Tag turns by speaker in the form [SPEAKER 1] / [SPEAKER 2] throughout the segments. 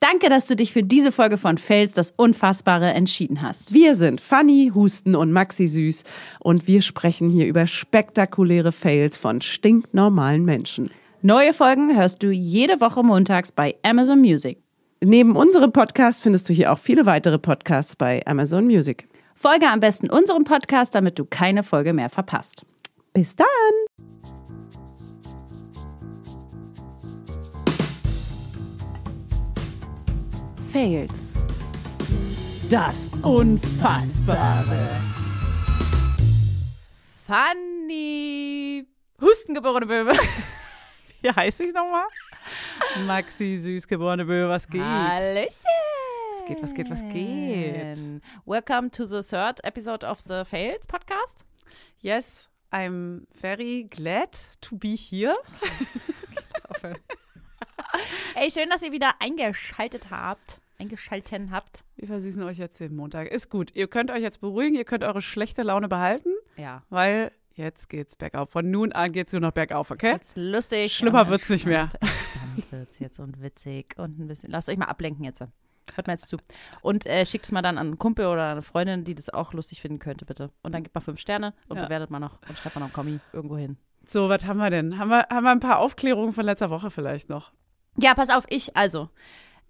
[SPEAKER 1] Danke, dass du dich für diese Folge von Fels das Unfassbare entschieden hast.
[SPEAKER 2] Wir sind Fanny, Husten und Maxi Süß und wir sprechen hier über spektakuläre Fails von stinknormalen Menschen.
[SPEAKER 1] Neue Folgen hörst du jede Woche montags bei Amazon Music.
[SPEAKER 2] Neben unserem Podcast findest du hier auch viele weitere Podcasts bei Amazon Music.
[SPEAKER 1] Folge am besten unserem Podcast, damit du keine Folge mehr verpasst.
[SPEAKER 2] Bis dann!
[SPEAKER 3] Fails.
[SPEAKER 2] Das Unfassbare.
[SPEAKER 3] Fanny. Hustengeborene Böwe.
[SPEAKER 2] Wie heißt ich nochmal? Maxi Süß geborene Böwe, was geht?
[SPEAKER 3] Hallöchen. Was
[SPEAKER 2] geht, was geht, was geht?
[SPEAKER 3] Welcome to the third episode of the Fails Podcast.
[SPEAKER 4] Yes, I'm very glad to be here.
[SPEAKER 3] Ey, schön, dass ihr wieder eingeschaltet habt. Eingeschalten habt.
[SPEAKER 4] Wir versüßen euch jetzt den Montag. Ist gut. Ihr könnt euch jetzt beruhigen, ihr könnt eure schlechte Laune behalten,
[SPEAKER 3] Ja.
[SPEAKER 4] weil jetzt geht's bergauf. Von nun an geht's nur noch bergauf, okay?
[SPEAKER 3] Jetzt lustig.
[SPEAKER 4] Schlimmer
[SPEAKER 3] und
[SPEAKER 4] wird's nicht mehr.
[SPEAKER 3] entspannt. Entspannt wird's jetzt und witzig und ein bisschen. Lasst euch mal ablenken jetzt. Hört mir jetzt zu. Und äh, schickt es mal dann an einen Kumpel oder eine Freundin, die das auch lustig finden könnte, bitte. Und dann gebt mal fünf Sterne und
[SPEAKER 4] Ja.
[SPEAKER 3] bewertet mal noch und schreibt mal noch einen Kommi irgendwo hin.
[SPEAKER 4] So, was haben wir denn? Haben wir, haben wir ein paar Aufklärungen von letzter Woche vielleicht noch?
[SPEAKER 3] Ja, pass auf, ich, also.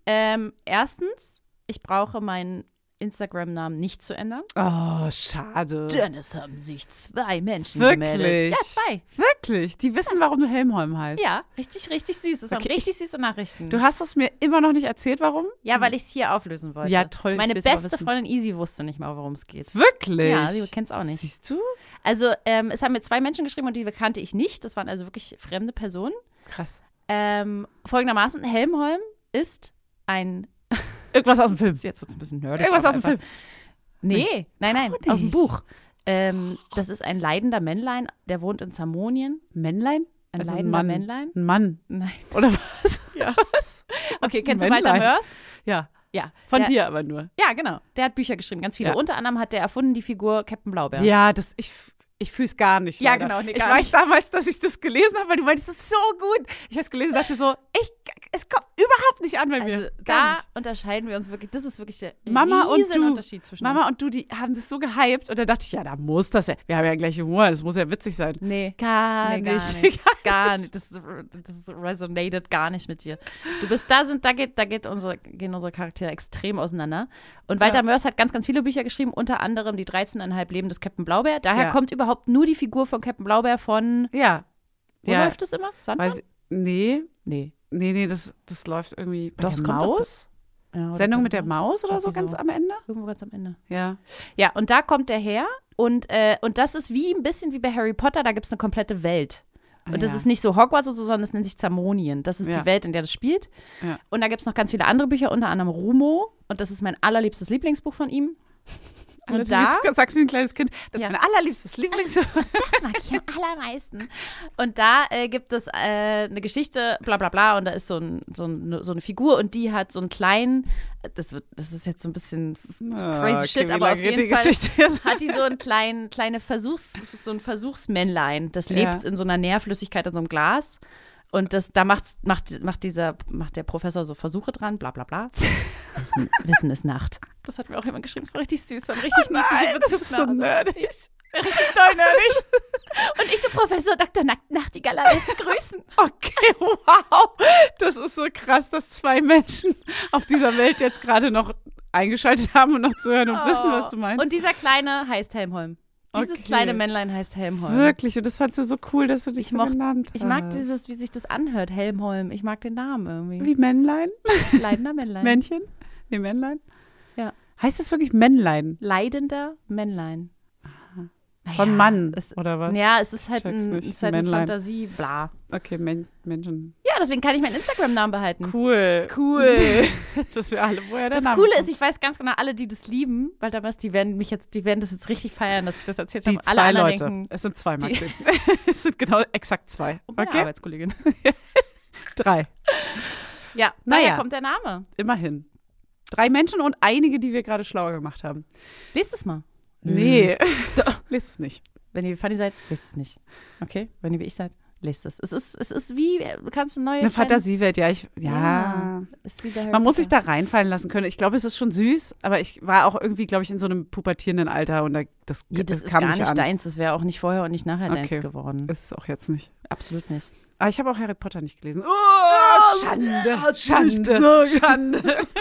[SPEAKER 3] Ähm, erstens, ich brauche meinen Instagram-Namen nicht zu ändern.
[SPEAKER 4] Oh, schade.
[SPEAKER 3] Denn es haben sich zwei Menschen gemeldet.
[SPEAKER 4] Wirklich?
[SPEAKER 3] Ja, zwei.
[SPEAKER 4] Wirklich? Die wissen, warum du Helmholm heißt.
[SPEAKER 3] Ja, richtig, richtig süß. Das waren
[SPEAKER 4] Okay,
[SPEAKER 3] richtig süße Nachrichten.
[SPEAKER 4] Du hast es mir immer noch nicht erzählt, warum?
[SPEAKER 3] ja, weil ich es hier auflösen wollte.
[SPEAKER 4] Hm. Ja, toll, ich
[SPEAKER 3] Meine
[SPEAKER 4] will's aber
[SPEAKER 3] beste
[SPEAKER 4] wissen. Hm.
[SPEAKER 3] Freundin Easy wusste nicht mal, worum es geht.
[SPEAKER 4] Wirklich?
[SPEAKER 3] Ja, sie kennt's auch nicht.
[SPEAKER 4] Siehst du?
[SPEAKER 3] Also, ähm, es haben mir zwei Menschen geschrieben und die kannte ich nicht. Das waren also wirklich fremde Personen.
[SPEAKER 4] Krass.
[SPEAKER 3] Ähm, folgendermaßen, Helmholm ist ein.
[SPEAKER 4] Irgendwas aus dem Film.
[SPEAKER 3] Jetzt wird's ein bisschen nerdig.
[SPEAKER 4] Irgendwas
[SPEAKER 3] aber
[SPEAKER 4] aus dem
[SPEAKER 3] einfach-
[SPEAKER 4] Film.
[SPEAKER 3] Nee, nein, nein,
[SPEAKER 4] Auch
[SPEAKER 3] aus dem
[SPEAKER 4] nicht.
[SPEAKER 3] Buch. Ähm, das ist ein leidender Männlein, der wohnt in Zamonien.
[SPEAKER 4] Männlein?
[SPEAKER 3] Ein
[SPEAKER 4] Also
[SPEAKER 3] leidender
[SPEAKER 4] Mann.
[SPEAKER 3] Männlein?
[SPEAKER 4] Ein Mann.
[SPEAKER 3] Nein.
[SPEAKER 4] Oder was? Ja. Was?
[SPEAKER 3] Okay,
[SPEAKER 4] ist ein
[SPEAKER 3] kennst du Walter
[SPEAKER 4] Männlein?
[SPEAKER 3] Mörs?
[SPEAKER 4] Ja.
[SPEAKER 3] Ja.
[SPEAKER 4] Von
[SPEAKER 3] der,
[SPEAKER 4] dir aber nur.
[SPEAKER 3] Ja, genau. Der hat Bücher geschrieben, ganz viele.
[SPEAKER 4] Ja.
[SPEAKER 3] Unter anderem hat der erfunden die Figur Captain Blaubeer.
[SPEAKER 4] Ja, das, ich, ich fühle es gar nicht.
[SPEAKER 3] Ja,
[SPEAKER 4] leider.
[SPEAKER 3] genau, nee,
[SPEAKER 4] ich
[SPEAKER 3] gar
[SPEAKER 4] weiß
[SPEAKER 3] nicht.
[SPEAKER 4] damals, dass ich das gelesen habe, weil du meintest, das ist so gut. Ich habe es gelesen, dachte so, ich, es kommt überhaupt nicht an bei
[SPEAKER 3] Also
[SPEAKER 4] mir.
[SPEAKER 3] da
[SPEAKER 4] Gar nicht.
[SPEAKER 3] unterscheiden wir uns wirklich. Das ist wirklich der
[SPEAKER 4] Mama und du,
[SPEAKER 3] Unterschied zwischen
[SPEAKER 4] Mama
[SPEAKER 3] uns.
[SPEAKER 4] und du, die haben das so gehypt und da dachte ich, ja, da muss das ja. Wir haben ja gleich Humor, das muss ja witzig sein.
[SPEAKER 3] Nee.
[SPEAKER 4] Gar
[SPEAKER 3] Nee,
[SPEAKER 4] nicht.
[SPEAKER 3] gar nicht. Gar nicht. Das, das resonated gar nicht mit dir. Du bist da sind, da geht, da geht unsere, gehen unsere Charaktere extrem auseinander. Und Walter
[SPEAKER 4] Ja.
[SPEAKER 3] Mörs hat ganz, ganz viele Bücher geschrieben, unter anderem die 13,5 Leben des Captain Blaubeer. Daher
[SPEAKER 4] Ja.
[SPEAKER 3] kommt überhaupt nur die Figur von Captain Blaubeer von
[SPEAKER 4] Ja.
[SPEAKER 3] Wo
[SPEAKER 4] ja.
[SPEAKER 3] läuft das immer? Sandmann?
[SPEAKER 4] Weiß ich, nee,
[SPEAKER 3] nee.
[SPEAKER 4] nee, nee, das, das läuft irgendwie bei
[SPEAKER 3] Doch, es
[SPEAKER 4] der
[SPEAKER 3] kommt Oh, doch-
[SPEAKER 4] Maus.
[SPEAKER 3] Ja, oder
[SPEAKER 4] Sendung
[SPEAKER 3] bei
[SPEAKER 4] mit der Maus oder so
[SPEAKER 3] Irgendwie
[SPEAKER 4] ganz
[SPEAKER 3] so.
[SPEAKER 4] am Ende?
[SPEAKER 3] Irgendwo ganz am Ende.
[SPEAKER 4] Ja.
[SPEAKER 3] Ja, und da kommt der her und, äh, und das ist wie ein bisschen wie bei Harry Potter, da gibt es eine komplette Welt. Und das
[SPEAKER 4] Ah, ja.
[SPEAKER 3] ist nicht so Hogwarts und so, sondern es nennt sich Zamonien. Das ist die
[SPEAKER 4] Ja.
[SPEAKER 3] Welt, in der das spielt.
[SPEAKER 4] Ja.
[SPEAKER 3] Und da gibt es noch ganz viele andere Bücher, unter anderem Rumo. Und das ist mein allerliebstes Lieblingsbuch von ihm. Und da,
[SPEAKER 4] Das sagst du wie ein kleines Kind. Das
[SPEAKER 3] Ja.
[SPEAKER 4] ist mein allerliebstes Lieblings.
[SPEAKER 3] das mag ich am allermeisten. Und da äh, gibt es äh, eine Geschichte, bla bla bla, und da ist so, ein, so, ein, so eine Figur und die hat so einen kleinen, das, wird, das ist jetzt so ein bisschen so crazy
[SPEAKER 4] Ah, okay,
[SPEAKER 3] shit,
[SPEAKER 4] wie
[SPEAKER 3] aber auf
[SPEAKER 4] lange geht
[SPEAKER 3] jeden
[SPEAKER 4] die
[SPEAKER 3] Fall
[SPEAKER 4] Geschichte jetzt?
[SPEAKER 3] hat die so einen kleinen, kleine Versuchs, so ein Versuchsmännlein. Das lebt
[SPEAKER 4] Ja.
[SPEAKER 3] in so einer Nährflüssigkeit in so einem Glas. Und das, da macht's, macht, macht dieser, macht der Professor so Versuche dran, bla bla bla. Wissen, Wissen ist Nacht. Oh Das hat mir auch jemand geschrieben, das war richtig süß, war ein richtig niedliche
[SPEAKER 4] Nein, das ist so
[SPEAKER 3] Bezugnahme.
[SPEAKER 4] nerdig. Richtig doll nerdig.
[SPEAKER 3] Und ich so, Professor Dr. Nackt Nachtigall, lässt grüßen.
[SPEAKER 4] Okay, wow. Das ist so krass, dass zwei Menschen auf dieser Welt jetzt gerade noch eingeschaltet haben und noch zuhören und wissen, was du meinst.
[SPEAKER 3] Oh. Und dieser Kleine heißt Helmholm. Dieses
[SPEAKER 4] Okay.
[SPEAKER 3] kleine Männlein heißt Helmholm.
[SPEAKER 4] Wirklich, und das fandst du so cool, dass du dich
[SPEAKER 3] Ich
[SPEAKER 4] so
[SPEAKER 3] mocht-
[SPEAKER 4] genannt hast.
[SPEAKER 3] Ich mag dieses, wie sich das anhört, Helmholm. Ich mag den Namen irgendwie.
[SPEAKER 4] Wie Männlein?
[SPEAKER 3] Leidender Männlein.
[SPEAKER 4] Männchen? Nee, Männlein?
[SPEAKER 3] Ja.
[SPEAKER 4] Heißt das wirklich Männlein?
[SPEAKER 3] Leidender Männlein. Naja,
[SPEAKER 4] Von Mann,
[SPEAKER 3] es-
[SPEAKER 4] oder was?
[SPEAKER 3] Ja, es ist halt,
[SPEAKER 4] Check's
[SPEAKER 3] ein,
[SPEAKER 4] nicht.
[SPEAKER 3] es ist halt ein
[SPEAKER 4] Männlein.
[SPEAKER 3] Fantasie, bla.
[SPEAKER 4] Okay, Men Menschen.
[SPEAKER 3] Ja, deswegen kann ich meinen Instagram-Namen behalten.
[SPEAKER 4] Cool.
[SPEAKER 3] Cool.
[SPEAKER 4] Jetzt wissen wir alle, woher der
[SPEAKER 3] Das
[SPEAKER 4] Name
[SPEAKER 3] Coole
[SPEAKER 4] kommt.
[SPEAKER 3] ist, ich weiß ganz genau, alle, die das lieben, weil damals, die werden mich jetzt, die werden das jetzt richtig feiern, dass ich das erzählt
[SPEAKER 4] Die
[SPEAKER 3] habe. Alle
[SPEAKER 4] zwei
[SPEAKER 3] anderen
[SPEAKER 4] Leute.
[SPEAKER 3] denken,
[SPEAKER 4] es sind zwei, Maxi. es sind genau exakt zwei.
[SPEAKER 3] oh, meine
[SPEAKER 4] Okay,
[SPEAKER 3] Arbeitskollegin.
[SPEAKER 4] drei.
[SPEAKER 3] Ja,
[SPEAKER 4] Naja.
[SPEAKER 3] daher kommt der Name.
[SPEAKER 4] Immerhin. Drei Menschen und einige, die wir gerade schlauer gemacht haben.
[SPEAKER 3] Lest es mal. Hm.
[SPEAKER 4] Nee. Lest es nicht.
[SPEAKER 3] Wenn ihr funny seid, lest es nicht. Okay? Wenn ihr wie ich seid, Lest es. Es ist, es ist wie, du kannst eine neue.
[SPEAKER 4] Eine
[SPEAKER 3] kleine-
[SPEAKER 4] Fantasiewelt, ja, ich, ja.
[SPEAKER 3] Ist wie bei Harry
[SPEAKER 4] Man muss sich
[SPEAKER 3] Potter.
[SPEAKER 4] da reinfallen lassen können. Ich glaube, es ist schon süß, aber ich war auch irgendwie, glaube ich, in so einem pubertierenden Alter und da, das,
[SPEAKER 3] Nee, das, ist
[SPEAKER 4] kam
[SPEAKER 3] gar
[SPEAKER 4] nicht
[SPEAKER 3] nicht
[SPEAKER 4] an.
[SPEAKER 3] deins. Das wäre auch nicht vorher und nicht nachher
[SPEAKER 4] Okay.
[SPEAKER 3] deins geworden.
[SPEAKER 4] Ist es auch jetzt nicht.
[SPEAKER 3] Absolut nicht.
[SPEAKER 4] Aber ich habe auch Harry Potter nicht gelesen.
[SPEAKER 3] Ah,
[SPEAKER 4] Oh, Schande, Schande, Schande.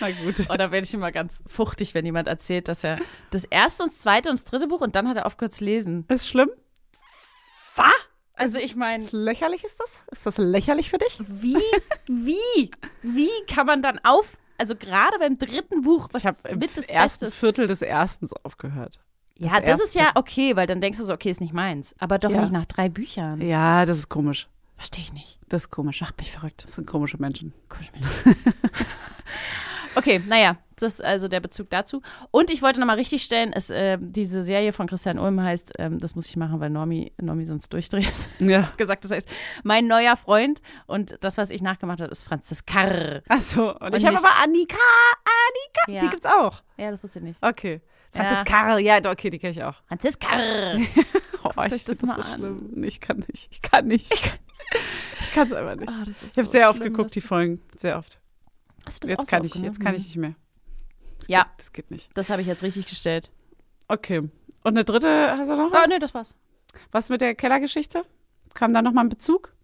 [SPEAKER 4] Na gut.
[SPEAKER 3] Oder werde ich immer ganz fuchtig, wenn jemand erzählt, dass er das erste und das zweite und das dritte Buch und dann hat er aufgehört zu lesen.
[SPEAKER 4] Ist schlimm?
[SPEAKER 3] Also ich meine,
[SPEAKER 4] Ist lächerlich ist das? Ist das lächerlich für dich?
[SPEAKER 3] wie, wie, wie kann man dann auf, also gerade beim dritten Buch, was
[SPEAKER 4] ich habe im
[SPEAKER 3] mit das
[SPEAKER 4] ersten
[SPEAKER 3] Beste
[SPEAKER 4] Viertel des Erstens aufgehört.
[SPEAKER 3] Ja,
[SPEAKER 4] das
[SPEAKER 3] das ist ja okay, weil dann denkst du so, okay, ist nicht meins. Aber doch
[SPEAKER 4] Ja.
[SPEAKER 3] nicht nach drei Büchern.
[SPEAKER 4] Ja, das ist komisch.
[SPEAKER 3] Verstehe ich nicht.
[SPEAKER 4] Das ist komisch. Macht mich verrückt. Das sind komische Menschen.
[SPEAKER 3] Komisch, Mensch. okay, naja, das ist also der Bezug dazu. Und ich wollte nochmal richtig stellen, es, äh, diese Serie von Christian Ulm heißt, ähm, das muss ich machen, weil Normi, Normi sonst durchdreht,
[SPEAKER 4] Ja.
[SPEAKER 3] gesagt, das heißt, mein neuer Freund. Und das, was ich nachgemacht habe, ist Franzis Karr.
[SPEAKER 4] Achso, und, ich
[SPEAKER 3] Und
[SPEAKER 4] habe
[SPEAKER 3] nicht-
[SPEAKER 4] aber Annika, Annika,
[SPEAKER 3] Ja.
[SPEAKER 4] die gibt's auch.
[SPEAKER 3] Ja, das wusste ich nicht.
[SPEAKER 4] Okay.
[SPEAKER 3] Ja.
[SPEAKER 4] Franziska, Karl, ja, doch, okay, die kenne ich auch.
[SPEAKER 3] Franzis Karr.
[SPEAKER 4] Oh,
[SPEAKER 3] euch
[SPEAKER 4] ich
[SPEAKER 3] das
[SPEAKER 4] find
[SPEAKER 3] mal an.
[SPEAKER 4] schlimm. Ich kann nicht. Ich kann nicht. Ich kann es einfach nicht.
[SPEAKER 3] Ah, das ist
[SPEAKER 4] ich habe
[SPEAKER 3] so
[SPEAKER 4] sehr oft
[SPEAKER 3] schlimm,
[SPEAKER 4] geguckt,
[SPEAKER 3] dass-
[SPEAKER 4] die Folgen. Sehr oft.
[SPEAKER 3] Hast du das auch
[SPEAKER 4] Jetzt
[SPEAKER 3] so
[SPEAKER 4] kann, ich,
[SPEAKER 3] aufgenommen?
[SPEAKER 4] jetzt kann ich nicht mehr.
[SPEAKER 3] Ja,
[SPEAKER 4] Das geht nicht.
[SPEAKER 3] das habe ich jetzt richtig gestellt.
[SPEAKER 4] Okay. Und eine dritte, hast du noch
[SPEAKER 3] Ah,
[SPEAKER 4] was?
[SPEAKER 3] nee, das war's.
[SPEAKER 4] Was mit der Kellergeschichte? Kam da nochmal ein Bezug?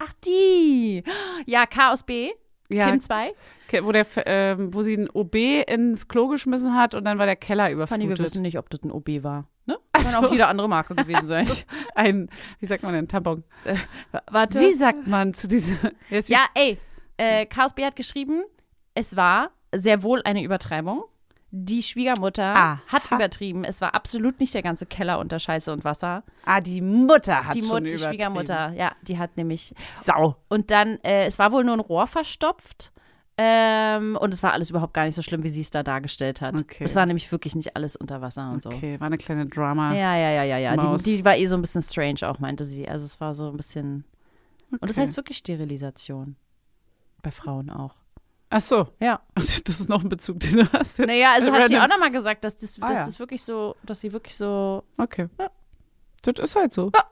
[SPEAKER 3] Ach, die. Ja, Chaos B,
[SPEAKER 4] Ja,
[SPEAKER 3] Kim 2.
[SPEAKER 4] Ke- wo, der, F- ähm, wo sie einen OB ins Klo geschmissen hat und dann war der Keller
[SPEAKER 3] Fanny, wir
[SPEAKER 4] überflutet.
[SPEAKER 3] wissen nicht, ob das ein OB war. Ne?
[SPEAKER 4] Ach
[SPEAKER 3] Kann
[SPEAKER 4] so.
[SPEAKER 3] auch jede andere Marke gewesen sein.
[SPEAKER 4] Ein, wie sagt man denn, Tampon?
[SPEAKER 3] Warte.
[SPEAKER 4] Wie sagt man zu diesem? Ja, ist wie-
[SPEAKER 3] Ja, ey, äh, Chaos B hat geschrieben, es war sehr wohl eine Übertreibung. Die Schwiegermutter
[SPEAKER 4] Aha.
[SPEAKER 3] hat übertrieben. Es war absolut nicht der ganze Keller unter Scheiße und Wasser.
[SPEAKER 4] Ah, die Mutter hat
[SPEAKER 3] die, Mut,
[SPEAKER 4] schon
[SPEAKER 3] die
[SPEAKER 4] übertrieben.
[SPEAKER 3] Schwiegermutter, ja, die hat nämlich.
[SPEAKER 4] Sau.
[SPEAKER 3] Und dann, äh, es war wohl nur ein Rohr verstopft. Ähm, und es war alles überhaupt gar nicht so schlimm, wie sie es da dargestellt hat.
[SPEAKER 4] Okay.
[SPEAKER 3] Es war nämlich wirklich nicht alles unter Wasser und so.
[SPEAKER 4] Okay, war eine kleine Drama.
[SPEAKER 3] Ja, ja, ja, ja, ja.
[SPEAKER 4] Maus.
[SPEAKER 3] Die, die war eh so ein bisschen strange auch, meinte sie. Also es war so ein bisschen. Und das
[SPEAKER 4] Okay.
[SPEAKER 3] heißt wirklich Sterilisation. Bei Frauen auch.
[SPEAKER 4] Ach so.
[SPEAKER 3] Ja.
[SPEAKER 4] Das ist noch ein Bezug, den du hast. jetzt.
[SPEAKER 3] Naja, also hat sie auch
[SPEAKER 4] Random.
[SPEAKER 3] nochmal gesagt, dass das,
[SPEAKER 4] Ah,
[SPEAKER 3] dass
[SPEAKER 4] ja.
[SPEAKER 3] das wirklich so, dass sie wirklich so.
[SPEAKER 4] Okay.
[SPEAKER 3] Ja.
[SPEAKER 4] Das ist halt so.
[SPEAKER 3] Ja.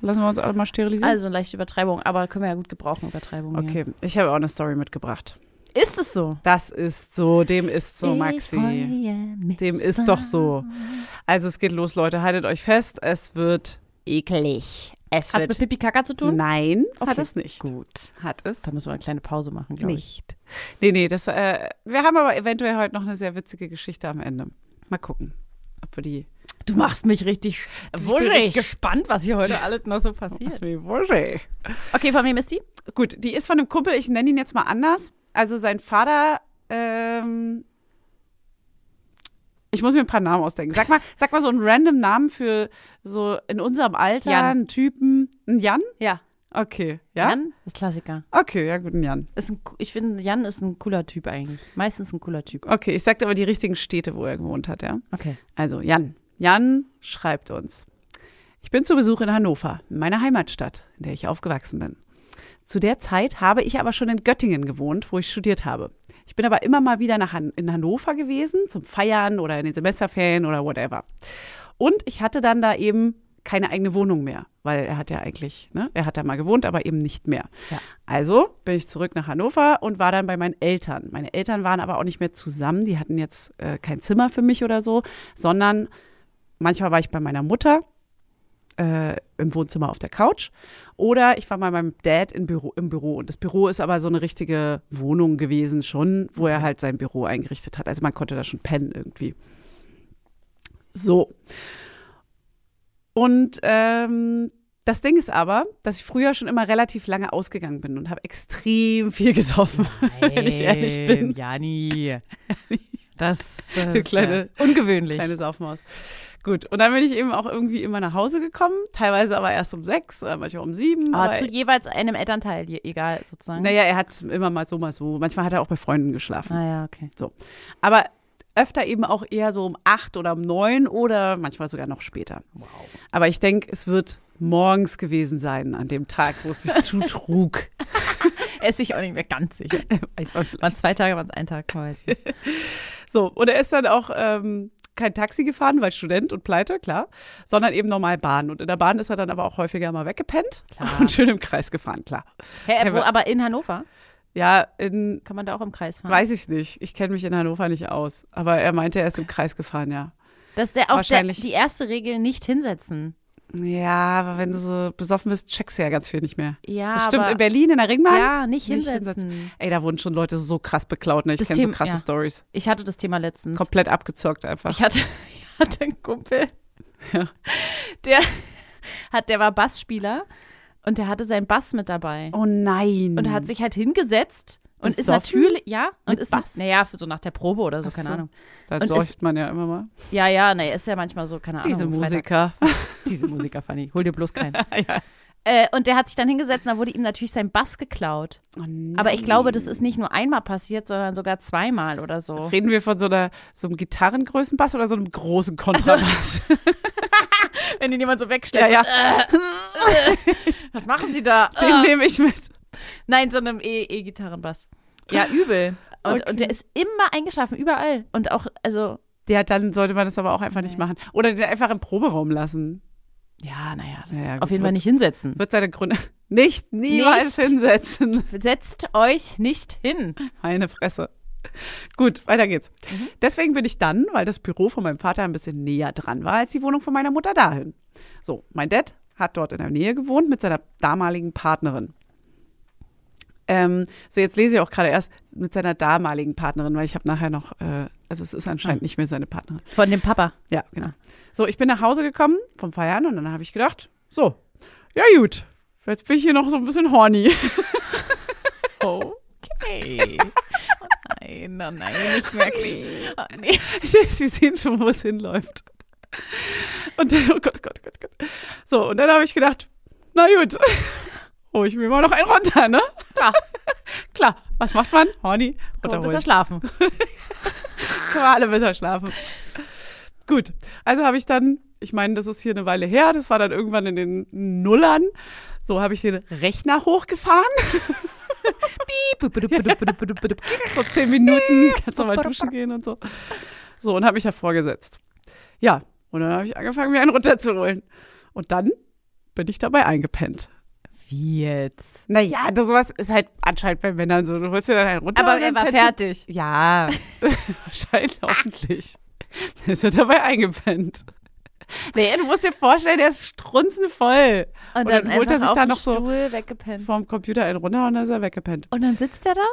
[SPEAKER 4] Lassen wir uns alle mal sterilisieren.
[SPEAKER 3] Also eine leichte Übertreibung, aber können wir ja gut gebrauchen, Übertreibung.
[SPEAKER 4] okay, ich habe auch eine Story mitgebracht.
[SPEAKER 3] Hier. Ist es so?
[SPEAKER 4] Das ist so, dem ist so, Maxi. Dem ist doch so. Also es geht los, Leute. Haltet euch fest, es wird eklig. Es
[SPEAKER 3] Hat es mit Pipi Kaka zu tun?
[SPEAKER 4] Nein, hat
[SPEAKER 3] Okay,
[SPEAKER 4] es nicht.
[SPEAKER 3] Gut.
[SPEAKER 4] Hat es
[SPEAKER 3] Da müssen wir eine kleine Pause machen, glaube ich.
[SPEAKER 4] nicht. Nee, nee, das, äh, wir haben aber eventuell heute noch eine sehr witzige Geschichte am Ende. Mal gucken, ob wir die.
[SPEAKER 3] Du machst mich richtig
[SPEAKER 4] richtig
[SPEAKER 3] wuschig. gespannt, was hier heute alles noch so passiert.
[SPEAKER 4] mir wurscht.
[SPEAKER 3] Okay, von wem ist die?
[SPEAKER 4] Gut, die ist von einem Kumpel, ich nenne ihn jetzt mal anders. Also sein Vater, ähm, ich muss mir ein paar Namen ausdenken. Sag mal, sag mal so einen random Namen für so in unserem Alter
[SPEAKER 3] Jan.
[SPEAKER 4] einen Typen. Ein Jan?
[SPEAKER 3] Ja.
[SPEAKER 4] Okay, ja?
[SPEAKER 3] Jan? Das Klassiker.
[SPEAKER 4] Okay, ja, guten Jan.
[SPEAKER 3] Ist ein, ich finde, Jan ist ein cooler Typ eigentlich. Meistens ein cooler Typ.
[SPEAKER 4] Okay, ich sagte aber die richtigen Städte, wo er gewohnt hat, ja?
[SPEAKER 3] Okay.
[SPEAKER 4] Also Jan. Jan schreibt uns. Ich bin zu Besuch in Hannover, in meiner Heimatstadt, in der ich aufgewachsen bin. Zu der Zeit habe ich aber schon in Göttingen gewohnt, wo ich studiert habe. Ich bin aber immer mal wieder nach Han in Hannover gewesen, zum Feiern oder in den Semesterferien oder whatever. Und ich hatte dann da eben keine eigene Wohnung mehr, weil er hat ja eigentlich, ne, er hat da mal gewohnt, aber eben nicht mehr.
[SPEAKER 3] Ja.
[SPEAKER 4] Also bin ich zurück nach Hannover und war dann bei meinen Eltern. Meine Eltern waren aber auch nicht mehr zusammen, die hatten jetzt äh, kein Zimmer für mich oder so, sondern manchmal war ich bei meiner Mutter äh, im Wohnzimmer auf der Couch oder ich war mal meinem Dad im Büro, im Büro. Und das Büro ist aber so eine richtige Wohnung gewesen schon, wo er halt sein Büro eingerichtet hat. Also man konnte da schon pennen irgendwie. So. Und ähm, das Ding ist aber, dass ich früher schon immer relativ lange ausgegangen bin und habe extrem viel gesoffen, wenn ich ehrlich bin.
[SPEAKER 3] Jani. Das, das
[SPEAKER 4] Eine kleine-
[SPEAKER 3] ist ja ungewöhnlich.
[SPEAKER 4] Kleine Saufmaus. Gut, und dann bin ich eben auch irgendwie immer nach Hause gekommen, teilweise aber erst um sechs oder manchmal um sieben.
[SPEAKER 3] aber zu ne? jeweils einem Elternteil, je- egal sozusagen.
[SPEAKER 4] naja, er hat immer mal so, mal so. Manchmal hat er auch bei Freunden geschlafen.
[SPEAKER 3] Ah ja, okay.
[SPEAKER 4] Aber öfter eben auch eher so um acht oder um neun oder manchmal sogar noch später. Aber ich denke, es wird morgens gewesen sein, an dem Tag, wo es sich zutrug.
[SPEAKER 3] Esse ich auch nicht mehr ganz sicher.
[SPEAKER 4] Weiß man vielleicht.
[SPEAKER 3] Waren es zwei Tage, waren es ein Tag, weiß ich.
[SPEAKER 4] So, und er ist dann auch ähm, kein Taxi gefahren, weil Student und pleite, klar, sondern eben normal Bahn. Und in der Bahn ist er dann aber auch häufiger mal weggepennt
[SPEAKER 3] Klar.
[SPEAKER 4] und schön im Kreis gefahren, klar.
[SPEAKER 3] Hä,
[SPEAKER 4] Kevin.
[SPEAKER 3] wo, aber in Hannover
[SPEAKER 4] Ja, in,
[SPEAKER 3] kann man da auch im Kreis fahren.
[SPEAKER 4] weiß ich nicht. Ich kenne mich in Hannover nicht aus. Aber er meinte, er ist im Kreis gefahren, ja.
[SPEAKER 3] das ist der, auch der,
[SPEAKER 4] wahrscheinlich.
[SPEAKER 3] die erste Regel, nicht hinsetzen.
[SPEAKER 4] Ja, aber wenn du so besoffen bist, checkst du ja ganz viel nicht mehr.
[SPEAKER 3] Ja,
[SPEAKER 4] Das stimmt,
[SPEAKER 3] aber,
[SPEAKER 4] in Berlin, in der Ringbahn?
[SPEAKER 3] Ja, nicht hinsetzen.
[SPEAKER 4] Ey, da wurden schon Leute so krass beklaut, ne? Ich
[SPEAKER 3] Das
[SPEAKER 4] kenne so
[SPEAKER 3] Thema-
[SPEAKER 4] krasse
[SPEAKER 3] ja.
[SPEAKER 4] Stories.
[SPEAKER 3] Ich hatte das Thema letztens.
[SPEAKER 4] Komplett abgezockt einfach.
[SPEAKER 3] Ich hatte, ich hatte einen Kumpel,
[SPEAKER 4] Ja.
[SPEAKER 3] der, hat, der war Bassspieler und der hatte seinen Bass mit dabei.
[SPEAKER 4] Oh nein.
[SPEAKER 3] Und hat sich halt hingesetzt und ist
[SPEAKER 4] Besoffen?
[SPEAKER 3] natürlich, ja, und
[SPEAKER 4] Mit
[SPEAKER 3] ist,
[SPEAKER 4] Bass?
[SPEAKER 3] naja, für so nach der Probe oder so,
[SPEAKER 4] Ach
[SPEAKER 3] keine
[SPEAKER 4] so.
[SPEAKER 3] Ahnung.
[SPEAKER 4] Da
[SPEAKER 3] und
[SPEAKER 4] säuft man ja immer mal.
[SPEAKER 3] Ja, ja, naja, ist ja manchmal so, keine Ahnung.
[SPEAKER 4] Diese
[SPEAKER 3] am Freitag.
[SPEAKER 4] Musiker.
[SPEAKER 3] Diese Musiker, Fanny, hol dir bloß keinen. äh, und der hat sich dann hingesetzt, und da wurde ihm natürlich sein Bass geklaut.
[SPEAKER 4] Oh
[SPEAKER 3] Aber ich glaube, das ist nicht nur einmal passiert, sondern sogar zweimal oder so.
[SPEAKER 4] Reden wir von so, einer, so einem Gitarrengrößenbass oder so einem großen Kontrabass?
[SPEAKER 3] Wenn ihn jemand so wegstellt.
[SPEAKER 4] Ja,
[SPEAKER 3] so, äh, was machen Sie da? Äh.
[SPEAKER 4] Den nehme ich mit.
[SPEAKER 3] Nein, so einem E- E-Gitarrenbass. ja, übel. Und,
[SPEAKER 4] Okay.
[SPEAKER 3] und der ist immer eingeschlafen, überall. Und auch, also,
[SPEAKER 4] Ja, dann sollte man das aber auch einfach nicht machen. Oder den einfach im Proberaum lassen.
[SPEAKER 3] ja, naja, das
[SPEAKER 4] Naja,
[SPEAKER 3] auf
[SPEAKER 4] gut,
[SPEAKER 3] jeden Fall
[SPEAKER 4] wird-
[SPEAKER 3] nicht hinsetzen.
[SPEAKER 4] Wird seine Gründe. Nicht, niemals
[SPEAKER 3] Nicht.
[SPEAKER 4] hinsetzen.
[SPEAKER 3] Setzt euch nicht hin.
[SPEAKER 4] Meine Fresse. Gut, weiter geht's. Deswegen bin ich dann, weil das Büro von meinem Vater ein bisschen näher dran war als die Wohnung von meiner Mutter dahin. So, mein Dad hat dort in der Nähe gewohnt mit seiner damaligen Partnerin. Ähm, so, jetzt lese ich auch gerade erst mit seiner damaligen Partnerin, weil ich habe nachher noch, äh, also es ist anscheinend nicht mehr seine Partnerin.
[SPEAKER 3] Von dem Papa.
[SPEAKER 4] Ja, genau. So, ich bin nach Hause gekommen vom Feiern und dann habe ich gedacht, so, ja gut, jetzt bin ich hier noch so ein bisschen horny.
[SPEAKER 3] Okay. nein, oh nein, nicht wirklich. Oh, nee.
[SPEAKER 4] Ich, wir sehen schon, wo es hinläuft. Und dann, oh Gott, oh Gott, oh Gott, oh Gott. So, und dann habe ich gedacht, na gut, hol ich mir mal noch einen runter, ne? Klar. Klar, was macht man? Horny,
[SPEAKER 3] Oh, bis
[SPEAKER 4] runterholen.
[SPEAKER 3] er schlafen.
[SPEAKER 4] Können wir alle besser schlafen. Gut, also habe ich dann, ich meine, das ist hier eine Weile her, das war dann irgendwann in den Nullern. So habe ich den Rechner hochgefahren, so zehn Minuten, kannst du mal duschen gehen und so. So, und habe mich hervorgesetzt. Ja, und dann habe ich angefangen, mir einen runterzuholen. Und dann bin ich dabei eingepennt.
[SPEAKER 3] Wie jetzt?
[SPEAKER 4] Naja, das sowas ist halt anscheinend bei Männern so. Du holst dir dann einen runter.
[SPEAKER 3] Aber
[SPEAKER 4] und
[SPEAKER 3] er
[SPEAKER 4] dann
[SPEAKER 3] war
[SPEAKER 4] pennst du-
[SPEAKER 3] fertig.
[SPEAKER 4] Ja, wahrscheinlich hoffentlich. Der ist ja dabei eingepennt. Nee, du musst dir vorstellen, der ist strunzenvoll.
[SPEAKER 3] Und
[SPEAKER 4] Und
[SPEAKER 3] dann,
[SPEAKER 4] dann holt er
[SPEAKER 3] einfach
[SPEAKER 4] sich
[SPEAKER 3] auf
[SPEAKER 4] da
[SPEAKER 3] den
[SPEAKER 4] noch so-
[SPEAKER 3] Stuhl weggepennt.
[SPEAKER 4] Vom Computer einen runter und dann ist er weggepennt.
[SPEAKER 3] Und dann sitzt er da?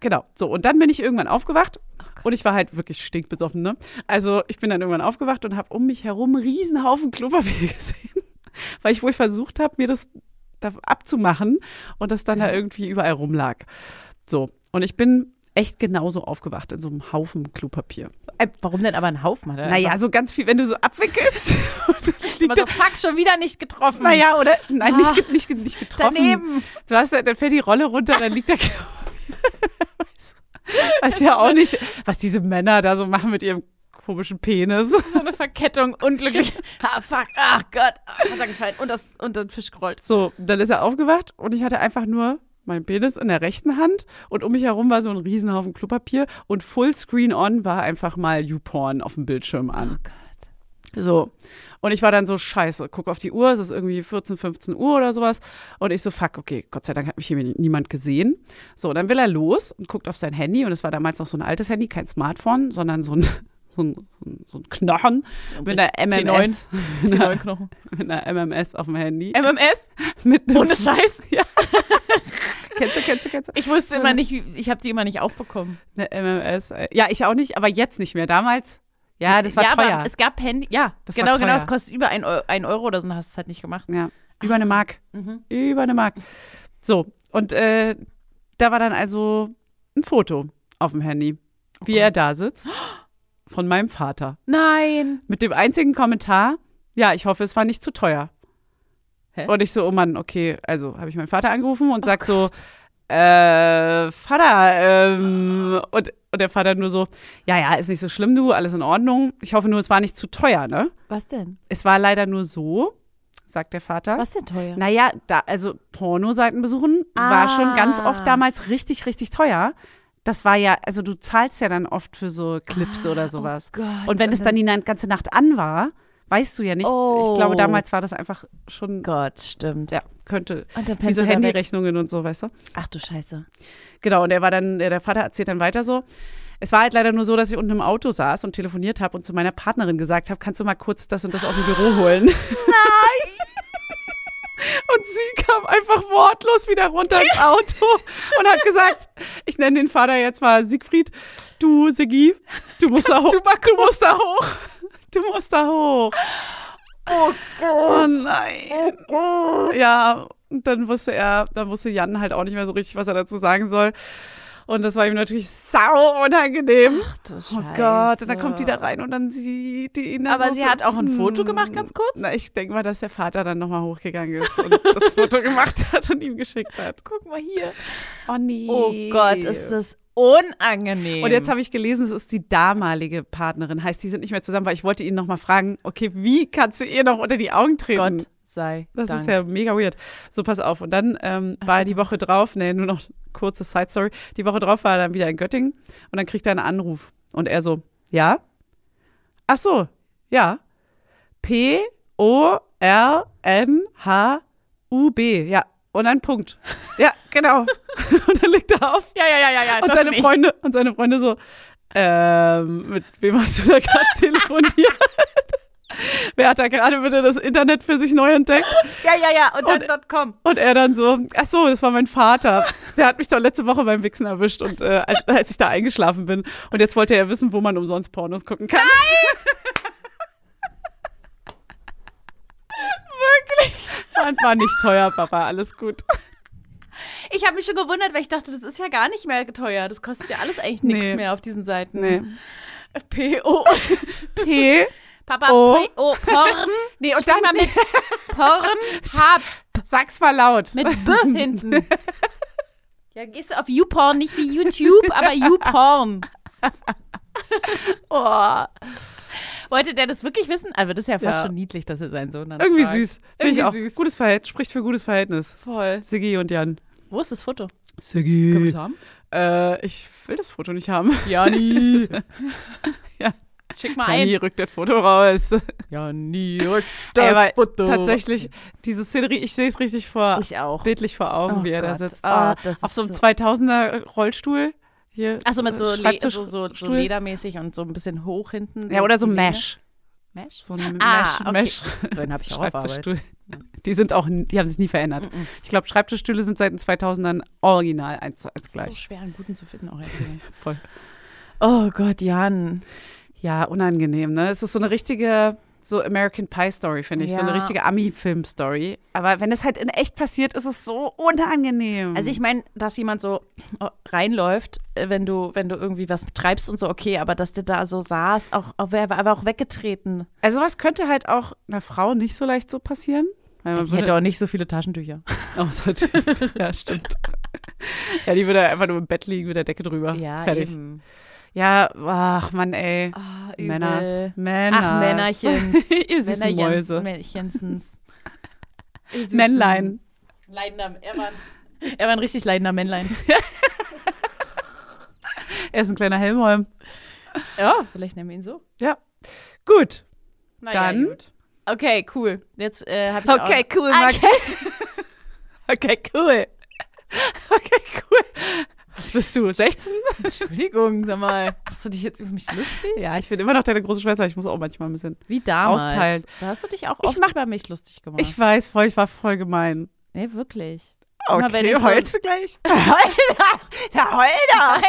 [SPEAKER 4] Genau. So, und dann bin ich irgendwann aufgewacht und ich war halt wirklich stinkbesoffen, ne? Also, ich bin dann irgendwann aufgewacht und habe um mich herum einen riesen Haufen Klopapier gesehen, weil ich wohl versucht habe, mir das da abzumachen und das dann da irgendwie überall rumlag. So, und ich bin echt genauso aufgewacht in so einem Haufen Klopapier.
[SPEAKER 3] Äh, Warum denn aber einen Haufen? Hat er
[SPEAKER 4] Naja, so ganz viel, wenn du so abwickelst. und dann
[SPEAKER 3] einfach-
[SPEAKER 4] liegt
[SPEAKER 3] Aber so,
[SPEAKER 4] da-
[SPEAKER 3] fuck, schon wieder nicht getroffen.
[SPEAKER 4] naja, oder? Nein, nicht,
[SPEAKER 3] Ah.
[SPEAKER 4] ge- nicht, ge- nicht getroffen.
[SPEAKER 3] Daneben.
[SPEAKER 4] Du hast, ja- dann fällt die Rolle runter, dann liegt der Knochen. Weiß ja auch nicht, was diese Männer da so machen mit ihrem komischen Penis.
[SPEAKER 3] So eine Verkettung, unglücklich. ah, fuck, ach Gott, ah, runtergefallen. Und, das, und dann Fisch gerollt.
[SPEAKER 4] So, dann ist er aufgewacht und ich hatte einfach nur meinen Penis in der rechten Hand und um mich herum war so ein Riesenhaufen Klopapier und Fullscreen on war einfach mal YouPorn auf dem Bildschirm
[SPEAKER 3] Oh
[SPEAKER 4] an. So. Und ich war dann so, scheiße, guck auf die Uhr, es ist irgendwie 14, 15 Uhr oder sowas. Und ich so, fuck, okay, Gott sei Dank hat mich hier niemand gesehen. So, dann will er los und guckt auf sein Handy. Und es war damals noch so ein altes Handy, kein Smartphone, sondern so ein, so ein, so ein, so ein Knochen mit einer
[SPEAKER 3] T9.
[SPEAKER 4] MMS.
[SPEAKER 3] Die neuen Knochen.
[SPEAKER 4] Mit einer MMS auf dem Handy.
[SPEAKER 3] MMS?
[SPEAKER 4] mit
[SPEAKER 3] Ohne Scheiß?
[SPEAKER 4] Kennst du, kennst du, kennst du?
[SPEAKER 3] Ich wusste immer nicht, wie- ich habe die immer nicht aufbekommen.
[SPEAKER 4] Eine MMS. äh, Ja, ich auch nicht, aber jetzt nicht mehr. Damals, ja, das war
[SPEAKER 3] ja,
[SPEAKER 4] teuer.
[SPEAKER 3] Aber es gab Handy, ja,
[SPEAKER 4] Das war
[SPEAKER 3] genau, genau,
[SPEAKER 4] teuer.
[SPEAKER 3] es kostet über ein Eu- ein Euro oder so, dann hast du es halt nicht gemacht.
[SPEAKER 4] Ja, über eine Mark. Über eine Mark. So, und äh, da war dann also ein Foto auf dem Handy, wie er da sitzt, von meinem Vater.
[SPEAKER 3] Nein.
[SPEAKER 4] Mit dem einzigen Kommentar, ja, ich hoffe, es war nicht zu teuer.
[SPEAKER 3] Hä?
[SPEAKER 4] Und ich so, oh Mann, okay, also habe ich meinen Vater angerufen und sag so, äh, Vater, ähm, und, und der Vater nur so, ja, ja, ist nicht so schlimm, du, alles in Ordnung. Ich hoffe nur, es war nicht zu teuer, ne?
[SPEAKER 3] Was denn?
[SPEAKER 4] Es war leider nur so, sagt der Vater.
[SPEAKER 3] Was denn teuer?
[SPEAKER 4] Naja, da, also Pornoseiten besuchen war schon ganz
[SPEAKER 3] Ah.
[SPEAKER 4] oft damals richtig, richtig teuer. das war ja, also du zahlst ja dann oft für so Clips oder sowas.
[SPEAKER 3] Ah, oh Gott,
[SPEAKER 4] und wenn
[SPEAKER 3] und
[SPEAKER 4] das dann die na- ganze Nacht an war, weißt du ja nicht.
[SPEAKER 3] Oh.
[SPEAKER 4] Ich glaube, damals war das einfach schon,
[SPEAKER 3] Gott, stimmt.
[SPEAKER 4] ja, könnte,
[SPEAKER 3] Und dann
[SPEAKER 4] wie
[SPEAKER 3] pennst
[SPEAKER 4] so
[SPEAKER 3] du da weg.
[SPEAKER 4] Handyrechnungen und so, weißt du?
[SPEAKER 3] Ach du Scheiße.
[SPEAKER 4] Genau, und er war dann, der der Vater erzählt dann weiter so. Es war halt leider nur so, dass ich unten im Auto saß und telefoniert habe und zu meiner Partnerin gesagt habe, kannst du mal kurz das und das aus dem Büro holen? Nein! Und sie kam einfach wortlos wieder runter ins Auto und hat gesagt, ich nenne den Vater jetzt mal Siegfried, du Siggi, du musst da hoch. Du, musst da hoch. Du musst da hoch. Oh nein. Ja, und dann wusste er, dann wusste Jan halt auch nicht mehr so richtig, was er dazu sagen soll. Und das war ihm natürlich sau unangenehm.
[SPEAKER 3] Ach du
[SPEAKER 4] Oh
[SPEAKER 3] Scheiße.
[SPEAKER 4] Gott, und dann kommt die da rein und dann sieht die ihn dann
[SPEAKER 3] Aber
[SPEAKER 4] so
[SPEAKER 3] sie hat auch ein
[SPEAKER 4] sitzen.
[SPEAKER 3] Foto gemacht, ganz kurz?
[SPEAKER 4] Na, ich denke mal, dass der Vater dann nochmal hochgegangen ist und das Foto gemacht hat und ihm geschickt hat.
[SPEAKER 3] Guck mal hier.
[SPEAKER 4] Oh nee.
[SPEAKER 3] Oh Gott, ist das unangenehm.
[SPEAKER 4] Und jetzt habe ich gelesen, es ist die damalige Partnerin. Heißt, die sind nicht mehr zusammen, weil ich wollte ihn nochmal fragen, okay, wie kannst du ihr noch unter die Augen treten?
[SPEAKER 3] Gott sei
[SPEAKER 4] Das
[SPEAKER 3] Dank.
[SPEAKER 4] ist ja mega weird. So, pass auf. Und dann ähm, war er die Woche drauf, nee, nur noch kurze Side-Story. Die Woche drauf war er dann wieder in Göttingen und dann kriegt er einen Anruf. Und er so, ja? Ach so, ja. P-O-R-N-H-U-B. Ja. Und ein Punkt. Ja, genau. und dann legt er auf.
[SPEAKER 3] ja, ja, ja, ja, ja.
[SPEAKER 4] Und
[SPEAKER 3] doch
[SPEAKER 4] seine
[SPEAKER 3] nicht.
[SPEAKER 4] Freunde, und seine Freunde so, ähm, mit wem hast du da gerade telefoniert? Wer hat da gerade bitte das Internet für sich neu entdeckt?
[SPEAKER 3] Ja, ja, ja. Und dann dot .com.
[SPEAKER 4] Und er dann so, ach so, das war mein Vater. Der hat mich doch letzte Woche beim Wichsen erwischt und äh, als, als ich da eingeschlafen bin. Und jetzt wollte er wissen, wo man umsonst Pornos gucken kann. Nein! Wirklich? War, war nicht teuer, Papa, alles gut.
[SPEAKER 3] Ich habe mich schon gewundert, weil ich dachte, das ist ja gar nicht mehr teuer. Das kostet ja alles eigentlich nichts
[SPEAKER 4] Nee.
[SPEAKER 3] mehr auf diesen Seiten.
[SPEAKER 4] Nee.
[SPEAKER 3] P.O.
[SPEAKER 4] P.
[SPEAKER 3] Papa,
[SPEAKER 4] Oh.
[SPEAKER 3] P.O. Porn.
[SPEAKER 4] Nee, und dann
[SPEAKER 3] Mal mit Porn. Hab.
[SPEAKER 4] sag's mal laut.
[SPEAKER 3] Mit B hinten. Ja, gehst du auf YouPorn, nicht wie YouTube, aber YouPorn.
[SPEAKER 4] Oh,
[SPEAKER 3] Wollte der das wirklich wissen? Aber das ist ja fast
[SPEAKER 4] Ja.
[SPEAKER 3] schon niedlich, dass er sein Sohn dann
[SPEAKER 4] irgendwie
[SPEAKER 3] fragt.
[SPEAKER 4] süß. Finde ich
[SPEAKER 3] Irgendwie
[SPEAKER 4] auch.
[SPEAKER 3] süß.
[SPEAKER 4] Gutes Verhältnis, spricht für gutes Verhältnis.
[SPEAKER 3] Voll.
[SPEAKER 4] Siggi und Jan.
[SPEAKER 3] Wo ist das Foto? Können wir
[SPEAKER 4] Siggi.
[SPEAKER 3] das haben?
[SPEAKER 4] Äh, ich will das Foto nicht haben.
[SPEAKER 3] Jani. Schick mal
[SPEAKER 4] Jani,
[SPEAKER 3] ein.
[SPEAKER 4] rückt das Foto raus.
[SPEAKER 3] Jani, rück
[SPEAKER 4] Ey, aber
[SPEAKER 3] Foto.
[SPEAKER 4] Tatsächlich, diese Szenerie, ich sehe es richtig vor,
[SPEAKER 3] Ich auch.
[SPEAKER 4] bildlich vor Augen,
[SPEAKER 3] Oh
[SPEAKER 4] wie er
[SPEAKER 3] Gott.
[SPEAKER 4] da sitzt.
[SPEAKER 3] Ah,
[SPEAKER 4] Ah,
[SPEAKER 3] das
[SPEAKER 4] auf
[SPEAKER 3] ist
[SPEAKER 4] so einem
[SPEAKER 3] so-
[SPEAKER 4] 2000er Rollstuhl. Hier,
[SPEAKER 3] Achso, mit so,
[SPEAKER 4] äh,
[SPEAKER 3] le so, so, so
[SPEAKER 4] Schreibtischstuhl.
[SPEAKER 3] ledermäßig und so ein bisschen hoch hinten.
[SPEAKER 4] Ja, oder so
[SPEAKER 3] Die Leder.
[SPEAKER 4] Mesh.
[SPEAKER 3] Mesh?
[SPEAKER 4] So ein
[SPEAKER 3] Ah,
[SPEAKER 4] Mesh.
[SPEAKER 3] okay.
[SPEAKER 4] Mesh.
[SPEAKER 3] So einen hab ich auch auf Arbeit.
[SPEAKER 4] Schreibtischstuhl. Die sind auch, n- die haben sich nie verändert. Ich glaube, Schreibtischstühle sind seit den 2000ern original eins zu eins
[SPEAKER 3] Ist so
[SPEAKER 4] gleich.
[SPEAKER 3] schwer, einen guten zu finden auch.
[SPEAKER 4] Voll.
[SPEAKER 3] Oh Gott, Jan.
[SPEAKER 4] Ja, unangenehm, ne? Es ist so eine richtige, so American Pie Story, finde ich. So eine
[SPEAKER 3] Ja.
[SPEAKER 4] richtige Ami-Film-Story. Aber wenn das halt in echt passiert, ist es so unangenehm.
[SPEAKER 3] Also ich meine, dass jemand so oh, reinläuft, äh, wenn du, wenn du irgendwie was treibst und so, okay, aber dass der da so saß, auch, auch er war aber auch weggetreten.
[SPEAKER 4] Also was könnte halt auch einer Frau nicht so leicht so passieren? Weil man
[SPEAKER 3] Die hätte auch nicht so viele Taschentücher.
[SPEAKER 4] außer die, ja, stimmt. ja, die würde einfach nur im Bett liegen mit der Decke drüber. Fertig.
[SPEAKER 3] Eben.
[SPEAKER 4] Ja, ach Mann, ey.
[SPEAKER 3] Ah, übel.
[SPEAKER 4] Männers. Männers.
[SPEAKER 3] Ach, Männerchens.
[SPEAKER 4] Ihr süßen
[SPEAKER 3] Männerchens-
[SPEAKER 4] Mäuse.
[SPEAKER 3] Männchensens. Ihr süßen
[SPEAKER 4] Männlein.
[SPEAKER 3] Leidender, er war, ein- er war ein richtig leidender Männlein.
[SPEAKER 4] Er ist ein kleiner Helmholm.
[SPEAKER 3] Ja, vielleicht nennen wir ihn so.
[SPEAKER 4] Ja. Gut.
[SPEAKER 3] Naja,
[SPEAKER 4] Dann-
[SPEAKER 3] gut. Okay, cool. Jetzt äh, habe ich
[SPEAKER 4] Okay,
[SPEAKER 3] auch,
[SPEAKER 4] cool, Max. Okay, cool. Okay, cool. Was bist du? 16?
[SPEAKER 3] Entschuldigung, sag mal. Machst du dich jetzt über mich lustig?
[SPEAKER 4] Ja, ich bin immer noch deine große Schwester. Ich muss auch manchmal ein bisschen.
[SPEAKER 3] Wie damals.
[SPEAKER 4] Austeilen.
[SPEAKER 3] Da hast du dich auch
[SPEAKER 4] Ich
[SPEAKER 3] oft
[SPEAKER 4] mach-
[SPEAKER 3] über mich lustig gemacht.
[SPEAKER 4] Ich weiß, voll, ich war voll gemein.
[SPEAKER 3] nee, wirklich.
[SPEAKER 4] Okay,
[SPEAKER 3] Immer wenn ich so-
[SPEAKER 4] heulst du gleich? Heulda! Da heulda!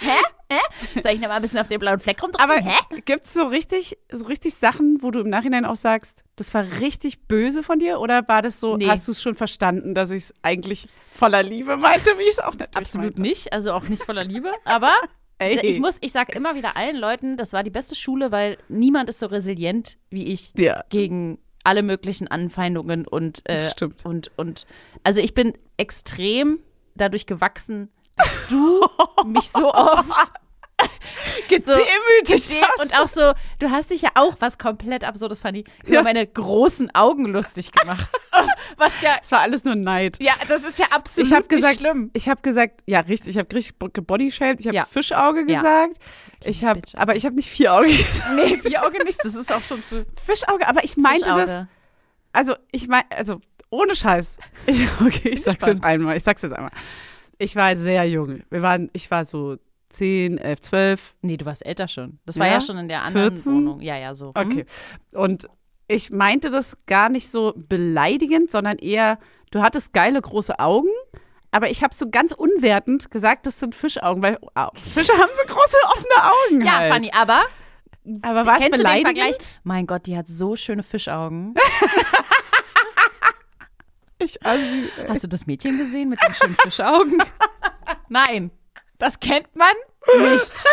[SPEAKER 3] Hä? Hä? Soll ich nochmal ein bisschen auf den blauen Fleck rumdrücken?
[SPEAKER 4] Aber
[SPEAKER 3] Hä?
[SPEAKER 4] gibt es so richtig, so richtig Sachen, wo du im Nachhinein auch sagst, das war richtig böse von dir? Oder war das so,
[SPEAKER 3] Nee.
[SPEAKER 4] hast du es schon verstanden, dass ich es eigentlich voller Liebe meinte, wie ich es auch natürlich
[SPEAKER 3] Absolut
[SPEAKER 4] meinte?
[SPEAKER 3] nicht, also auch nicht voller Liebe, aber
[SPEAKER 4] Ey.
[SPEAKER 3] ich muss, ich sage immer wieder allen Leuten, das war die beste Schule, weil niemand ist so resilient wie ich
[SPEAKER 4] Ja.
[SPEAKER 3] gegen alle möglichen Anfeindungen und äh,
[SPEAKER 4] Das stimmt.
[SPEAKER 3] und und also ich bin extrem dadurch gewachsen, dass du mich so oft
[SPEAKER 4] Gedemütigt
[SPEAKER 3] Idee.
[SPEAKER 4] hast
[SPEAKER 3] Und auch so, du hast dich ja auch was komplett absurdes, Fanny, über meine großen Augen lustig gemacht. was ja,
[SPEAKER 4] Es war alles nur Neid.
[SPEAKER 3] ja, das ist ja absolut
[SPEAKER 4] Ich habe gesagt,
[SPEAKER 3] nicht schlimm.
[SPEAKER 4] ich habe gesagt, ja, richtig, ich habe richtig gebodyshamed, ich habe
[SPEAKER 3] Ja.
[SPEAKER 4] Fischauge
[SPEAKER 3] Ja.
[SPEAKER 4] gesagt. Ich habe
[SPEAKER 3] Bitch.
[SPEAKER 4] aber ich habe nicht Vierauge gesagt.
[SPEAKER 3] Nee, vier Augen nicht, das ist auch schon zu
[SPEAKER 4] Fischauge, aber ich meinte
[SPEAKER 3] Fischauge.
[SPEAKER 4] das also ich meine also ohne Scheiß. Ich, okay, ich sag's jetzt einmal, ich sag's jetzt einmal. Ich war sehr jung. Wir waren ich war so 10, 11, 12
[SPEAKER 3] Nee, du warst älter schon. Das war ja,
[SPEAKER 4] Ja?
[SPEAKER 3] schon in der anderen
[SPEAKER 4] 14?
[SPEAKER 3] Wohnung. Ja, ja, so. Hm?
[SPEAKER 4] Okay. Und ich meinte das gar nicht so beleidigend, sondern eher, du hattest geile große Augen, aber ich habe so ganz unwertend gesagt, das sind Fischaugen, weil au, Fische haben so große offene Augen.
[SPEAKER 3] Ja,
[SPEAKER 4] halt.
[SPEAKER 3] Fanny, aber
[SPEAKER 4] Aber war es
[SPEAKER 3] kennst du den
[SPEAKER 4] beleidigend?
[SPEAKER 3] Vergleich? Mein Gott, die hat so schöne Fischaugen.
[SPEAKER 4] Ich assi, ey.
[SPEAKER 3] Hast du das Mädchen gesehen mit den schönen Fischaugen? Nein, das kennt man nicht.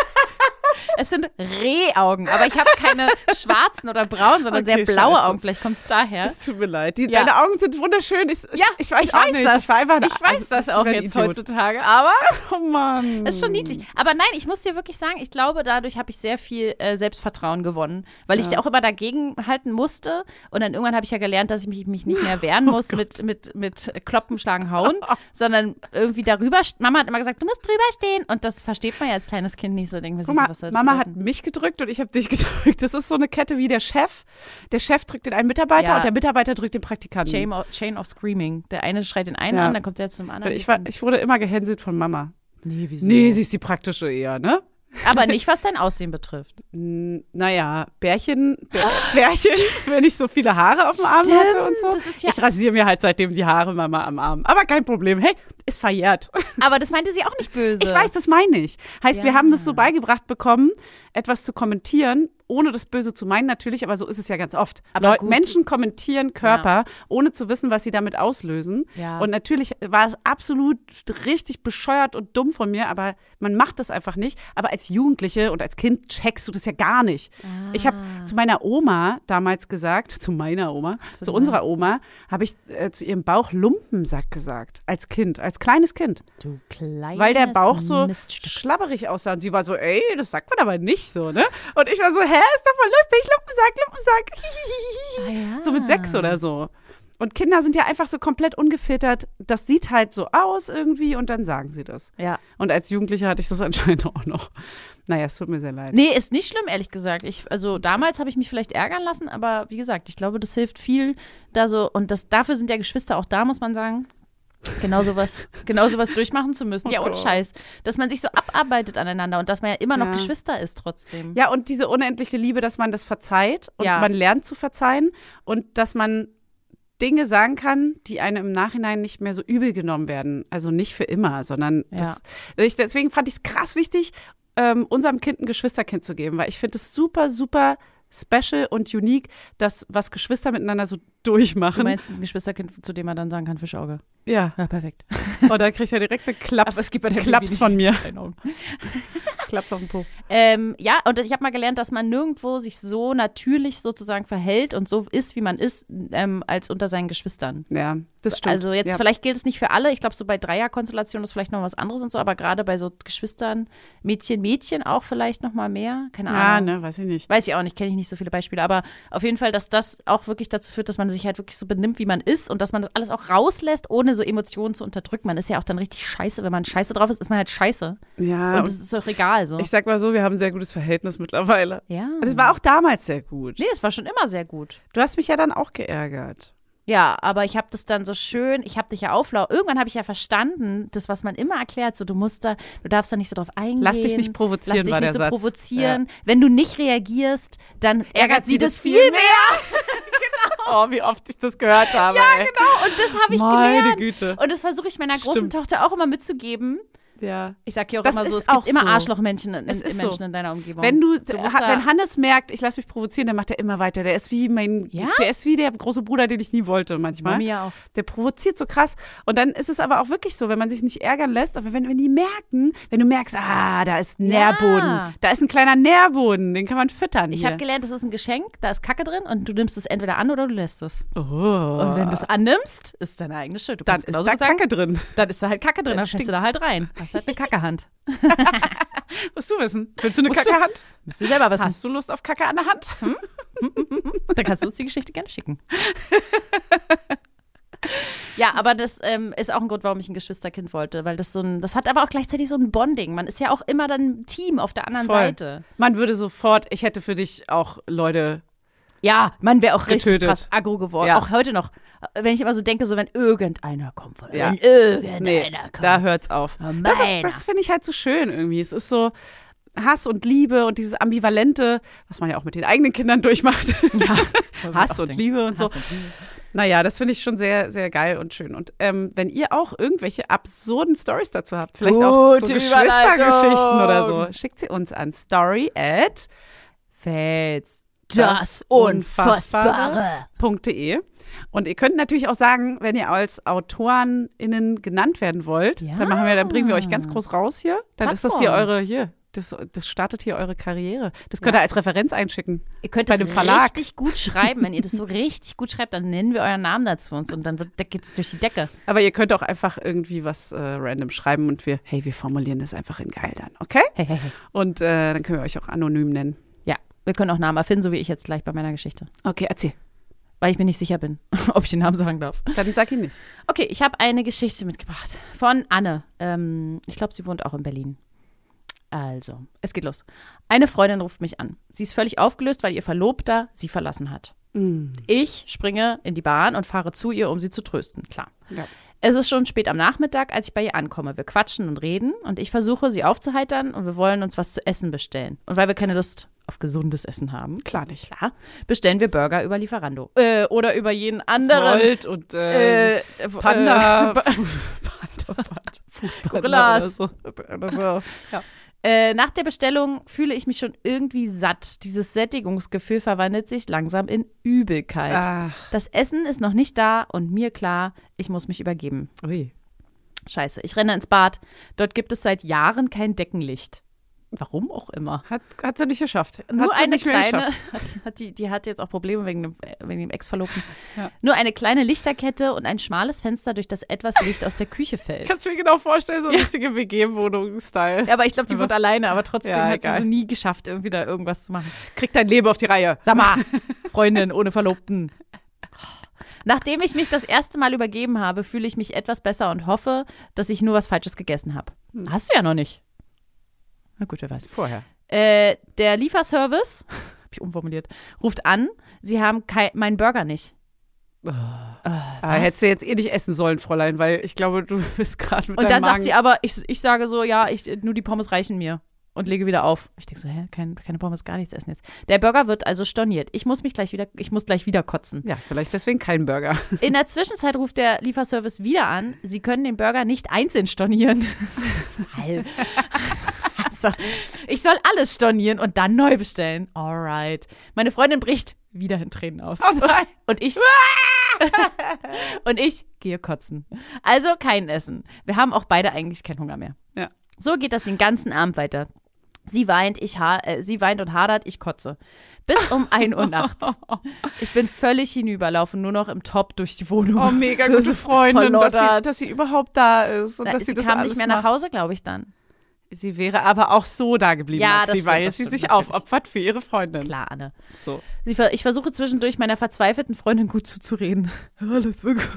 [SPEAKER 3] Es sind Rehaugen, aber ich habe keine schwarzen oder braunen, sondern sehr
[SPEAKER 4] Okay,
[SPEAKER 3] blaue
[SPEAKER 4] scheiße.
[SPEAKER 3] Augen. Vielleicht kommt es daher.
[SPEAKER 4] Es tut mir leid. Die,
[SPEAKER 3] Ja.
[SPEAKER 4] Deine Augen sind wunderschön. Ich, ich,
[SPEAKER 3] ja,
[SPEAKER 4] ich weiß auch nicht.
[SPEAKER 3] Das.
[SPEAKER 4] Ich, war einfach ein-
[SPEAKER 3] ich weiß
[SPEAKER 4] also,
[SPEAKER 3] das
[SPEAKER 4] ich
[SPEAKER 3] auch
[SPEAKER 4] bin ein
[SPEAKER 3] jetzt
[SPEAKER 4] Idiot.
[SPEAKER 3] heutzutage, aber
[SPEAKER 4] Oh Mann.
[SPEAKER 3] ist schon
[SPEAKER 4] Hm.
[SPEAKER 3] niedlich. Aber nein, ich muss dir wirklich sagen, ich glaube, dadurch habe ich sehr viel äh, Selbstvertrauen gewonnen, weil ich auch immer dagegen halten musste. Und dann irgendwann habe ich ja gelernt, dass ich mich, mich nicht mehr
[SPEAKER 4] Oh
[SPEAKER 3] wehren muss mit, mit, mit Kloppen, Schlagen, Hauen, sondern irgendwie darüber. st- Mama hat immer gesagt, du musst drüber stehen. Und das versteht man ja als kleines Kind nicht so. Denkt, was
[SPEAKER 4] Guck
[SPEAKER 3] ist,
[SPEAKER 4] mal,
[SPEAKER 3] was soll das
[SPEAKER 4] Mama hat
[SPEAKER 3] bedeuten?
[SPEAKER 4] mich gedrückt und ich habe dich gedrückt. Das ist so eine Kette wie der Chef. Der Chef drückt den einen Mitarbeiter
[SPEAKER 3] Ja.
[SPEAKER 4] und der Mitarbeiter drückt den Praktikanten.
[SPEAKER 3] Chain of, Chain of Screaming. Der eine schreit den einen
[SPEAKER 4] Ja.
[SPEAKER 3] an, dann kommt der zum anderen.
[SPEAKER 4] Ich, war, ich wurde immer gehänselt von Mama.
[SPEAKER 3] nee, wieso?
[SPEAKER 4] Nee, sie ist die praktische eher, ne?
[SPEAKER 3] Aber nicht, was dein Aussehen betrifft.
[SPEAKER 4] N- Naja, Bärchen, Bär,
[SPEAKER 3] Ah,
[SPEAKER 4] Bärchen, wenn ich so viele Haare auf dem Arm hatte und so.
[SPEAKER 3] das ist ja-
[SPEAKER 4] ich rasiere mir halt seitdem die Haare Mama am Arm. Aber kein Problem. Hey, ist verjährt.
[SPEAKER 3] Aber das meinte sie auch nicht böse.
[SPEAKER 4] Ich weiß, das meine ich. Heißt, wir
[SPEAKER 3] Ja.
[SPEAKER 4] haben das so beigebracht bekommen, etwas zu kommentieren, ohne das Böse zu meinen natürlich, aber so ist es ja ganz oft.
[SPEAKER 3] Aber
[SPEAKER 4] Leu-
[SPEAKER 3] gut.
[SPEAKER 4] Menschen kommentieren Körper, ohne zu wissen, was sie damit auslösen.
[SPEAKER 3] Ja.
[SPEAKER 4] Und natürlich war es absolut richtig bescheuert und dumm von mir, aber man macht das einfach nicht. Aber als Jugendliche und als Kind checkst du das ja gar nicht.
[SPEAKER 3] Ah.
[SPEAKER 4] Ich habe zu meiner Oma damals gesagt, zu meiner Oma, zu,
[SPEAKER 3] deiner-
[SPEAKER 4] unserer Oma, habe ich äh, zu ihrem Bauch Lumpensack gesagt. Als Kind, als kleines Kind
[SPEAKER 3] Du kleines
[SPEAKER 4] weil der Bauch so
[SPEAKER 3] Miststück.
[SPEAKER 4] schlabberig aussah. Und sie war so, ey, das sagt man aber nicht so, ne? Und ich war so, hä, ist doch mal lustig, Lumpensack, Lumpensack. hihihihi.
[SPEAKER 3] Ah ja.
[SPEAKER 4] So mit sechs oder so. Und Kinder sind ja einfach so komplett ungefiltert. Das sieht halt so aus irgendwie und dann sagen sie das.
[SPEAKER 3] Ja.
[SPEAKER 4] Und als Jugendliche hatte ich das anscheinend auch noch. Naja, es tut mir sehr leid.
[SPEAKER 3] Nee, ist nicht schlimm, ehrlich gesagt. Ich, also damals habe ich mich vielleicht ärgern lassen, aber wie gesagt, ich glaube, das hilft viel da so. Und das, dafür sind ja Geschwister auch da, muss man sagen. Genau sowas, genau sowas durchmachen zu müssen. ja, ohne
[SPEAKER 4] Oh Gott.
[SPEAKER 3] Scheiß. Dass man sich so abarbeitet aneinander und dass man ja immer noch
[SPEAKER 4] Ja.
[SPEAKER 3] Geschwister ist trotzdem.
[SPEAKER 4] Ja, und diese unendliche Liebe, dass man das verzeiht und
[SPEAKER 3] Ja.
[SPEAKER 4] man lernt zu verzeihen und dass man Dinge sagen kann, die einem im Nachhinein nicht mehr so übel genommen werden. Also nicht für immer, sondern das, ich, deswegen fand ich es krass wichtig, ähm, unserem Kind ein Geschwisterkind zu geben, weil ich finde es super, super special und unique, dass was Geschwister miteinander so
[SPEAKER 3] Du
[SPEAKER 4] durchmachen.
[SPEAKER 3] meinst ein Geschwisterkind, zu dem man dann sagen kann, Fischauge.
[SPEAKER 4] ja.
[SPEAKER 3] Ja, perfekt.
[SPEAKER 4] Und da kriegt er direkt eine Klaps,
[SPEAKER 3] Aber es gibt bei der Baby
[SPEAKER 4] Klaps
[SPEAKER 3] nicht.
[SPEAKER 4] von mir.
[SPEAKER 3] Keine Ahnung.
[SPEAKER 4] Klaps auf den Po.
[SPEAKER 3] Ähm, ja, und ich habe mal gelernt, dass man nirgendwo sich so natürlich sozusagen verhält und so ist, wie man ist, ähm, als unter seinen Geschwistern.
[SPEAKER 4] Ja, das stimmt.
[SPEAKER 3] Also jetzt
[SPEAKER 4] ja.
[SPEAKER 3] vielleicht gilt es nicht für alle. Ich glaube, so bei Dreierkonstellationen ist vielleicht noch was anderes und so, aber gerade bei so Geschwistern, Mädchen, Mädchen auch vielleicht noch mal mehr. Keine Ahnung.
[SPEAKER 4] Ah, ne, weiß ich nicht.
[SPEAKER 3] Weiß ich auch nicht, kenne ich nicht so viele Beispiele, aber auf jeden Fall, dass das auch wirklich dazu führt, dass man sich halt wirklich so benimmt, wie man ist und dass man das alles auch rauslässt, ohne so Emotionen zu unterdrücken. Man ist ja auch dann richtig scheiße. Wenn man scheiße drauf ist, ist man halt scheiße.
[SPEAKER 4] Ja,
[SPEAKER 3] Und es ist auch egal so.
[SPEAKER 4] Ich sag mal so, wir haben ein sehr gutes Verhältnis mittlerweile.
[SPEAKER 3] ja.
[SPEAKER 4] Das war auch damals sehr gut.
[SPEAKER 3] Nee, es war schon immer sehr gut.
[SPEAKER 4] Du hast mich ja dann auch geärgert.
[SPEAKER 3] Ja, aber ich habe das dann so schön, ich habe dich ja auflau. Irgendwann habe ich ja verstanden, das, was man immer erklärt, so du musst da, du darfst da nicht so drauf eingehen.
[SPEAKER 4] Lass dich nicht provozieren,
[SPEAKER 3] Lass dich
[SPEAKER 4] war
[SPEAKER 3] nicht so
[SPEAKER 4] der Satz.
[SPEAKER 3] provozieren. Wenn du nicht reagierst, dann ärgert, sie das viel mehr.
[SPEAKER 4] Oh, wie oft ich das gehört habe. ey.
[SPEAKER 3] Genau, und das habe ich
[SPEAKER 4] Meine
[SPEAKER 3] gelernt.
[SPEAKER 4] Güte.
[SPEAKER 3] Und das versuche ich meiner großen
[SPEAKER 4] Stimmt.
[SPEAKER 3] Tochter auch immer mitzugeben.
[SPEAKER 4] Ja.
[SPEAKER 3] Ich sag ja auch
[SPEAKER 4] Das
[SPEAKER 3] immer so,
[SPEAKER 4] ist
[SPEAKER 3] es gibt
[SPEAKER 4] auch
[SPEAKER 3] immer
[SPEAKER 4] so.
[SPEAKER 3] Arschlochmenschen in,
[SPEAKER 4] Es ist
[SPEAKER 3] in
[SPEAKER 4] so.
[SPEAKER 3] Menschen in deiner Umgebung.
[SPEAKER 4] Wenn du, äh,
[SPEAKER 3] musst
[SPEAKER 4] ha,
[SPEAKER 3] da-
[SPEAKER 4] wenn Hannes merkt, ich lass mich provozieren, dann macht er immer weiter. Der ist wie mein,
[SPEAKER 3] Ja?
[SPEAKER 4] der ist wie der große Bruder, den ich nie wollte manchmal.
[SPEAKER 3] Mami ja auch.
[SPEAKER 4] Der provoziert so krass. Und dann ist es aber auch wirklich so, wenn man sich nicht ärgern lässt, aber wenn, wenn die merken, wenn du merkst, ah, da ist Nährboden, da ist ein kleiner Nährboden, den kann man füttern.
[SPEAKER 3] ich
[SPEAKER 4] hier.
[SPEAKER 3] habe gelernt, es ist ein Geschenk, da ist Kacke drin und du nimmst es entweder an oder du lässt es.
[SPEAKER 4] oh.
[SPEAKER 3] Und wenn du es annimmst, ist deine eigene Schuld. Du
[SPEAKER 4] dann
[SPEAKER 3] kannst
[SPEAKER 4] ist da
[SPEAKER 3] genauso sagen,
[SPEAKER 4] Kacke drin.
[SPEAKER 3] dann ist da halt Kacke drin,
[SPEAKER 4] Dann
[SPEAKER 3] dann fällst du da halt rein. Was hast halt eine Kackehand.
[SPEAKER 4] Musst du wissen. Willst du eine
[SPEAKER 3] Musst du-
[SPEAKER 4] Kacke Hand?
[SPEAKER 3] Müsst ihr selber wissen. Hm.
[SPEAKER 4] Hast du Lust auf Kacke an der Hand?
[SPEAKER 3] Dann kannst du uns die Geschichte gerne schicken. Ja, aber das ähm, ist auch ein Grund, warum ich ein Geschwisterkind wollte, weil das so ein, das hat aber auch gleichzeitig so ein Bonding. Man ist ja auch immer dann ein Team auf der anderen
[SPEAKER 4] Voll.
[SPEAKER 3] Seite.
[SPEAKER 4] Man würde sofort, ich hätte für dich auch Leute.
[SPEAKER 3] Ja, man wäre auch richtig
[SPEAKER 4] Getötet.
[SPEAKER 3] krass aggro geworden.
[SPEAKER 4] Ja.
[SPEAKER 3] Auch heute noch, wenn ich immer so denke, so wenn irgendeiner kommt von
[SPEAKER 4] Ja.
[SPEAKER 3] wenn irgendeiner
[SPEAKER 4] Nee,
[SPEAKER 3] kommt.
[SPEAKER 4] da hört's auf.
[SPEAKER 3] Von
[SPEAKER 4] Das, ist-
[SPEAKER 3] meiner.
[SPEAKER 4] das finde ich halt so schön irgendwie. Es ist so Hass und Liebe und dieses Ambivalente, was man ja auch mit den eigenen Kindern durchmacht.
[SPEAKER 3] auch
[SPEAKER 4] Hass und
[SPEAKER 3] denken.
[SPEAKER 4] Liebe und so.
[SPEAKER 3] Hass und Liebe.
[SPEAKER 4] Naja, das finde ich schon sehr, sehr geil und schön. Und ähm, wenn ihr auch irgendwelche absurden Stories dazu habt, vielleicht auch so
[SPEAKER 3] Gute
[SPEAKER 4] Geschwistergeschichten
[SPEAKER 3] Überleitung.
[SPEAKER 4] oder so, schickt sie uns an story at
[SPEAKER 3] Fels.
[SPEAKER 4] Das
[SPEAKER 3] Das Unfassbare.
[SPEAKER 4] .de. E. Und ihr könnt natürlich auch sagen, wenn ihr als AutorenInnen genannt werden wollt,
[SPEAKER 3] Ja.
[SPEAKER 4] dann machen wir, dann bringen wir euch ganz groß raus hier. Dann ist das hier
[SPEAKER 3] Plattform.
[SPEAKER 4] eure, hier, das, das startet hier eure Karriere. Das könnt ihr als Referenz einschicken.
[SPEAKER 3] Ihr könnt
[SPEAKER 4] Bei
[SPEAKER 3] das
[SPEAKER 4] dem Verlag.
[SPEAKER 3] richtig gut schreiben. Wenn ihr das so richtig gut schreibt, dann nennen wir euren Namen dazu uns und dann wird, da geht's durch die Decke.
[SPEAKER 4] Aber ihr könnt auch einfach irgendwie was äh, random schreiben und wir, hey, wir formulieren das einfach in geil dann, okay?
[SPEAKER 3] Hey, hey, hey.
[SPEAKER 4] Und äh, dann können wir euch auch anonym nennen.
[SPEAKER 3] Ja, wir können auch Namen erfinden, so wie ich jetzt gleich bei meiner Geschichte.
[SPEAKER 4] Okay, erzähl.
[SPEAKER 3] Weil ich mir nicht sicher bin, ob ich den Namen sagen darf.
[SPEAKER 4] Dann sag ihn nicht.
[SPEAKER 3] Okay, ich habe eine Geschichte mitgebracht von Anne. Ähm, ich glaube, sie wohnt auch in Berlin. Also, es geht los. Eine Freundin ruft mich an. Sie ist völlig aufgelöst, weil ihr Verlobter sie verlassen hat.
[SPEAKER 4] Hm,
[SPEAKER 3] Ich springe in die Bahn und fahre zu ihr, um sie zu trösten. Klar.
[SPEAKER 4] Ja.
[SPEAKER 3] Es ist schon spät am Nachmittag, als ich bei ihr ankomme. Wir quatschen und reden und ich versuche, sie aufzuheitern und wir wollen uns was zu essen bestellen. Und weil wir keine Lust auf gesundes Essen haben,
[SPEAKER 4] Klar nicht.
[SPEAKER 3] klar, bestellen wir Burger über Lieferando. Äh, oder über jeden anderen.
[SPEAKER 4] Volt und äh,
[SPEAKER 3] Äh, äh,
[SPEAKER 4] Panda.
[SPEAKER 3] äh, ba-
[SPEAKER 4] Panda.
[SPEAKER 3] Gorillas.
[SPEAKER 4] Oder so. Oder so. Ja.
[SPEAKER 3] Äh, nach der Bestellung fühle ich mich schon irgendwie satt. Dieses Sättigungsgefühl verwandelt sich langsam in Übelkeit.
[SPEAKER 4] Ach,
[SPEAKER 3] Das Essen ist noch nicht da und mir klar, ich muss mich übergeben.
[SPEAKER 4] ui.
[SPEAKER 3] Scheiße, ich renne ins Bad. Dort gibt es seit Jahren kein Deckenlicht. Warum auch immer.
[SPEAKER 4] Hat, hat sie nicht geschafft.
[SPEAKER 3] Nur
[SPEAKER 4] hat sie
[SPEAKER 3] eine
[SPEAKER 4] nicht mehr
[SPEAKER 3] kleine,
[SPEAKER 4] geschafft.
[SPEAKER 3] hat, hat die, die hat jetzt auch Probleme wegen dem, äh, wegen dem Ex-Verlobten.
[SPEAKER 4] Ja.
[SPEAKER 3] Nur eine kleine Lichterkette und ein schmales Fenster, durch das etwas Licht aus der Küche fällt.
[SPEAKER 4] Kannst du mir genau vorstellen, so eine richtige WG-Wohnung-Style.
[SPEAKER 3] Ja, aber ich glaube, die wohnt alleine, aber trotzdem
[SPEAKER 4] Ja,
[SPEAKER 3] hat sie
[SPEAKER 4] egal.
[SPEAKER 3] es nie geschafft, irgendwie da irgendwas zu machen.
[SPEAKER 4] Krieg dein Leben auf die Reihe.
[SPEAKER 3] Sag mal, Freundin ohne Verlobten. Nachdem ich mich das erste Mal übergeben habe, fühle ich mich etwas besser und hoffe, dass ich nur was Falsches gegessen habe. Hast du ja noch nicht. Na gut, wer weiß.
[SPEAKER 4] Vorher.
[SPEAKER 3] Äh, der Lieferservice, hab ich umformuliert, ruft an, sie haben kei- meinen Burger nicht.
[SPEAKER 4] Ah, hättest du jetzt eh nicht essen sollen, Fräulein, weil ich glaube, du bist gerade mit
[SPEAKER 3] Und dann
[SPEAKER 4] deinem Magen.
[SPEAKER 3] sagt sie aber, ich, ich sage so, ja, ich, nur die Pommes reichen mir. Und lege wieder auf. Ich denke so, hä, kein, keine Pommes, gar nichts essen jetzt. Der Burger wird also storniert. Ich muss mich gleich wieder, ich muss gleich wieder kotzen.
[SPEAKER 4] ja, vielleicht deswegen kein Burger.
[SPEAKER 3] In der Zwischenzeit ruft der Lieferservice wieder an, sie können den Burger nicht einzeln stornieren. Hal- Also, ich soll alles stornieren und dann neu bestellen. Alright. Meine Freundin bricht wieder in Tränen aus. und ich und ich gehe kotzen. Also kein Essen. Wir haben auch beide eigentlich keinen Hunger mehr.
[SPEAKER 4] Ja.
[SPEAKER 3] So geht das den ganzen Abend weiter. Sie weint, ich ha äh, sie weint und hadert, ich kotze. Bis um 1 Uhr nachts. Ich bin völlig hinüberlaufen, nur noch im Top durch die Wohnung.
[SPEAKER 4] Oh, mega gute Freundin, dass sie,
[SPEAKER 3] Verloddert.
[SPEAKER 4] dass sie überhaupt da ist und
[SPEAKER 3] Na,
[SPEAKER 4] Oh, dass sie,
[SPEAKER 3] sie
[SPEAKER 4] das
[SPEAKER 3] kam
[SPEAKER 4] alles
[SPEAKER 3] nicht mehr
[SPEAKER 4] macht.
[SPEAKER 3] nach Hause, glaube ich, dann.
[SPEAKER 4] Sie wäre aber auch so da geblieben,
[SPEAKER 3] Ja,
[SPEAKER 4] als
[SPEAKER 3] das
[SPEAKER 4] sie
[SPEAKER 3] stimmt,
[SPEAKER 4] war,
[SPEAKER 3] das
[SPEAKER 4] jetzt sie
[SPEAKER 3] stimmt,
[SPEAKER 4] sich
[SPEAKER 3] natürlich.
[SPEAKER 4] aufopfert für ihre Freundin.
[SPEAKER 3] Klar, Anne.
[SPEAKER 4] So.
[SPEAKER 3] Sie ver ich versuche zwischendurch meiner verzweifelten Freundin gut zuzureden. Alles wirklich.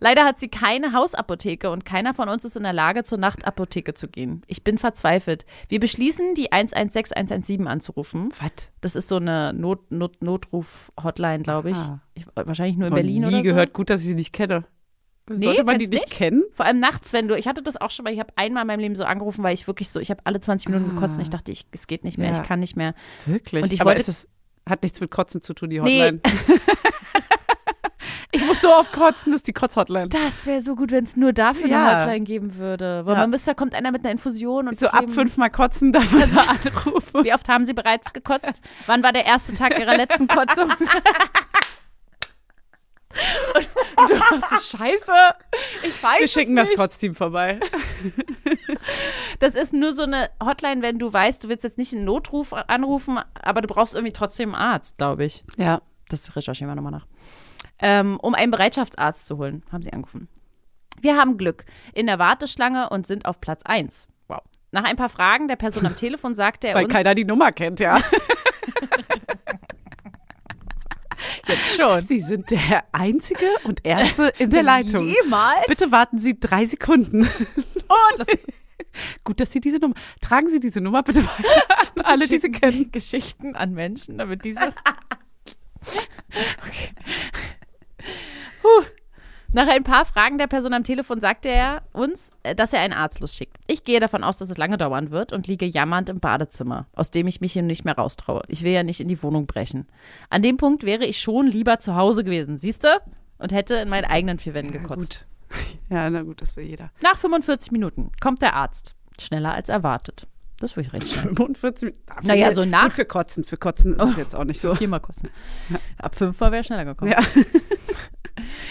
[SPEAKER 3] Leider hat sie keine Hausapotheke und keiner von uns ist in der Lage, zur Nachtapotheke zu gehen. Ich bin verzweifelt. Wir beschließen, die 116117 anzurufen.
[SPEAKER 4] Was?
[SPEAKER 3] Das ist so eine Not Not Notruf-Hotline, glaube ich.
[SPEAKER 4] Aha.
[SPEAKER 3] ich. Wahrscheinlich nur in
[SPEAKER 4] Noch
[SPEAKER 3] Berlin
[SPEAKER 4] nie
[SPEAKER 3] oder so.
[SPEAKER 4] gehört, gut, dass ich sie nicht kenne. Sollte man die
[SPEAKER 3] kennst
[SPEAKER 4] nicht, kennen?
[SPEAKER 3] Vor allem nachts, wenn du, ich hatte das auch schon mal, ich habe einmal in meinem Leben so angerufen, weil ich wirklich so, ich habe alle 20 Minuten gekotzt und ich dachte, ich, es geht nicht mehr,
[SPEAKER 4] Ja.
[SPEAKER 3] ich kann nicht mehr.
[SPEAKER 4] Wirklich.
[SPEAKER 3] Und ich
[SPEAKER 4] aber
[SPEAKER 3] wollte-
[SPEAKER 4] ist es hat nichts mit Kotzen zu tun, die
[SPEAKER 3] Nee.
[SPEAKER 4] Hotline. ich muss so oft kotzen, das ist die Kotz-Hotline.
[SPEAKER 3] Das wäre so gut, wenn es nur dafür
[SPEAKER 4] Ja.
[SPEAKER 3] eine Hotline geben würde. Weil
[SPEAKER 4] Ja.
[SPEAKER 3] man wüsste, da kommt einer mit einer Infusion und
[SPEAKER 4] So ab
[SPEAKER 3] jedem-
[SPEAKER 4] fünfmal kotzen darf man
[SPEAKER 3] Also
[SPEAKER 4] da anrufen.
[SPEAKER 3] Wie oft haben Sie bereits gekotzt? Wann war der erste Tag Ihrer letzten Kotzung? Und du hast Scheiße. Ich weiß
[SPEAKER 4] Wir
[SPEAKER 3] es
[SPEAKER 4] schicken das
[SPEAKER 3] nicht.
[SPEAKER 4] Kotzteam vorbei.
[SPEAKER 3] Das ist nur so eine Hotline, wenn du weißt, du willst jetzt nicht einen Notruf anrufen, aber du brauchst irgendwie trotzdem einen Arzt, glaube ich.
[SPEAKER 4] Ja.
[SPEAKER 3] Das recherchieren wir nochmal nach. Ähm, um einen Bereitschaftsarzt zu holen, haben sie angerufen. Wir haben Glück in der Warteschlange und sind auf Platz 1. Wow. Nach ein paar Fragen der Person am Telefon sagte er
[SPEAKER 4] Weil
[SPEAKER 3] uns
[SPEAKER 4] keiner die Nummer kennt, ja.
[SPEAKER 3] jetzt schon.
[SPEAKER 4] Sie sind der Einzige und Erste in der Leitung.
[SPEAKER 3] Jemals?
[SPEAKER 4] Bitte Oh, warten Sie drei Sekunden. Und gut, dass Sie diese Nummer. Tragen Sie diese Nummer bitte weiter an alle, die Sie
[SPEAKER 3] Schicken
[SPEAKER 4] kennen.
[SPEAKER 3] Geschichten an Menschen, damit diese. okay. Huh. Nach ein paar Fragen der Person am Telefon sagte er uns, äh, dass er einen Arzt losschickt. Ich gehe davon aus, dass es lange dauern wird und liege jammernd im Badezimmer, aus dem ich mich hier nicht mehr raustraue. Ich will ja nicht in die Wohnung brechen. An dem Punkt wäre ich schon lieber zu Hause gewesen, siehst du? Und hätte in meinen eigenen vier Wänden gekotzt.
[SPEAKER 4] Ja, na gut, das will jeder.
[SPEAKER 3] Nach 45 Minuten kommt der Arzt. Schneller als erwartet. Das will ich recht.
[SPEAKER 4] 45 Minuten.
[SPEAKER 3] Naja, so
[SPEAKER 4] Gut
[SPEAKER 3] nach-
[SPEAKER 4] für Kotzen. Für Kotzen ist es jetzt auch nicht Oh, so.
[SPEAKER 3] Viermal kosten. Ab fünfmal wäre schneller gekommen.
[SPEAKER 4] Ja.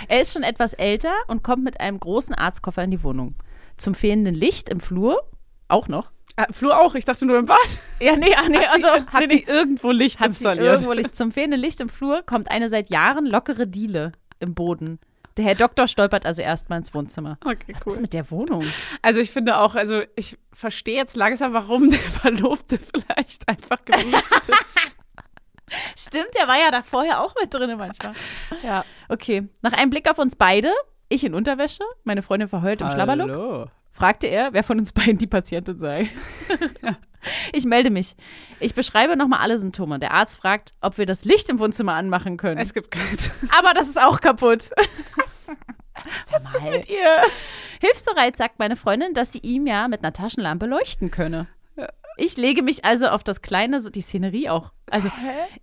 [SPEAKER 3] Er ist schon etwas älter und kommt mit einem großen Arztkoffer in die Wohnung. Zum fehlenden Licht im Flur auch noch.
[SPEAKER 4] Ah, Flur auch, ich dachte nur im Bad.
[SPEAKER 3] Ja, nee, ah, nee, also
[SPEAKER 4] Hat
[SPEAKER 3] nee,
[SPEAKER 4] sie
[SPEAKER 3] nee.
[SPEAKER 4] irgendwo Licht
[SPEAKER 3] hat sie
[SPEAKER 4] installiert?
[SPEAKER 3] irgendwo Licht. Zum fehlenden Licht im Flur kommt eine seit Jahren lockere Diele im Boden. Der Herr Doktor stolpert also erstmal ins Wohnzimmer.
[SPEAKER 4] Okay,
[SPEAKER 3] Was
[SPEAKER 4] cool.
[SPEAKER 3] ist mit der Wohnung?
[SPEAKER 4] Also ich finde auch, also ich verstehe jetzt langsam, warum der Verlobte vielleicht einfach geflüchtet ist.
[SPEAKER 3] Stimmt, der war ja da vorher auch mit drin manchmal.
[SPEAKER 4] Ja.
[SPEAKER 3] Okay, nach einem Blick auf uns beide, ich in Unterwäsche, meine Freundin verheult im Schlabberlook, fragte er, wer von uns beiden die Patientin sei. ich melde mich. Ich beschreibe nochmal alle Symptome. Der Arzt fragt, ob wir das Licht im Wohnzimmer anmachen können.
[SPEAKER 4] Es gibt keins.
[SPEAKER 3] aber das ist auch kaputt.
[SPEAKER 4] Was ist mit ihr?
[SPEAKER 3] Hilfsbereit sagt meine Freundin, dass sie ihm ja mit einer Taschenlampe leuchten könne. Ich lege mich also auf das kleine, die Szenerie auch. Also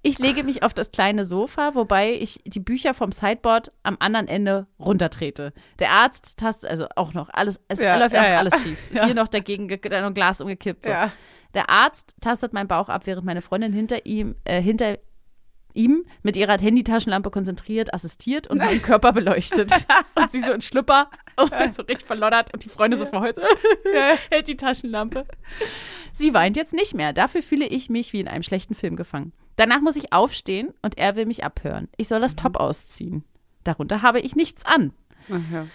[SPEAKER 3] ich lege mich auf das kleine Sofa, wobei ich die Bücher vom Sideboard am anderen Ende runtertrete. Der Arzt tastet also auch noch alles, es
[SPEAKER 4] Ja,
[SPEAKER 3] läuft
[SPEAKER 4] ja,
[SPEAKER 3] einfach
[SPEAKER 4] ja.
[SPEAKER 3] alles schief.
[SPEAKER 4] Ja.
[SPEAKER 3] Hier noch dagegen ge- dann noch ein Glas umgekippt. So.
[SPEAKER 4] Ja.
[SPEAKER 3] Der Arzt tastet meinen Bauch ab, während meine Freundin hinter ihm, äh, hinter ihm mit ihrer Handytaschenlampe konzentriert assistiert und meinen Körper beleuchtet. Und sie so in Schlüpper und so richtig verloddert und die Freunde so verheult. Hält die Taschenlampe. Sie weint jetzt nicht mehr. Dafür fühle ich mich wie in einem schlechten Film gefangen. Danach muss ich aufstehen und er will mich abhören. Ich soll das Top ausziehen. Darunter habe ich nichts an.
[SPEAKER 4] Ach ja.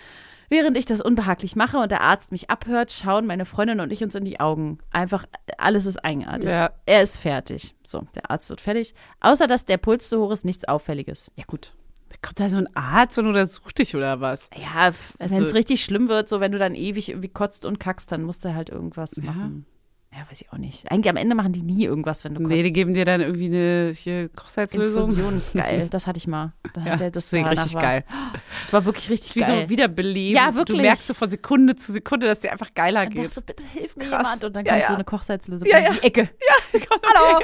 [SPEAKER 3] Während ich das unbehaglich mache und der Arzt mich abhört, schauen meine Freundin und ich uns in die Augen. Einfach, alles ist eigenartig.
[SPEAKER 4] Ja.
[SPEAKER 3] Er ist fertig. So, der Arzt wird fertig. Außer, dass der Puls so hoch ist, nichts Auffälliges. Ja, gut.
[SPEAKER 4] Kommt da so ein Arzt und untersucht dich oder was?
[SPEAKER 3] Ja,
[SPEAKER 4] Also
[SPEAKER 3] wenn es richtig schlimm wird, so wenn du dann ewig irgendwie kotzt und kackst, dann musst du halt irgendwas machen. Ja, weiß ich auch nicht. Eigentlich am Ende machen die nie irgendwas, wenn du kotzt.
[SPEAKER 4] Nee, die geben dir dann irgendwie eine hier Kochsalzlösung.
[SPEAKER 3] Infusion ist geil. Das hatte ich mal. Da
[SPEAKER 4] Ja,
[SPEAKER 3] hat er
[SPEAKER 4] das
[SPEAKER 3] das
[SPEAKER 4] ist richtig
[SPEAKER 3] danach war-
[SPEAKER 4] geil.
[SPEAKER 3] Das war wirklich richtig
[SPEAKER 4] Wie
[SPEAKER 3] geil.
[SPEAKER 4] so wiederbeleben.
[SPEAKER 3] Ja,
[SPEAKER 4] Du
[SPEAKER 3] wirklich.
[SPEAKER 4] merkst so von Sekunde zu Sekunde, dass dir einfach geiler
[SPEAKER 3] Dann
[SPEAKER 4] geht.
[SPEAKER 3] dachte so, bitte hilf mir
[SPEAKER 4] krass.
[SPEAKER 3] jemand. Und dann
[SPEAKER 4] Ja,
[SPEAKER 3] kommt
[SPEAKER 4] ja.
[SPEAKER 3] so eine Kochsalzlösung
[SPEAKER 4] Ja,
[SPEAKER 3] in
[SPEAKER 4] ja.
[SPEAKER 3] die Ecke.
[SPEAKER 4] Hallo.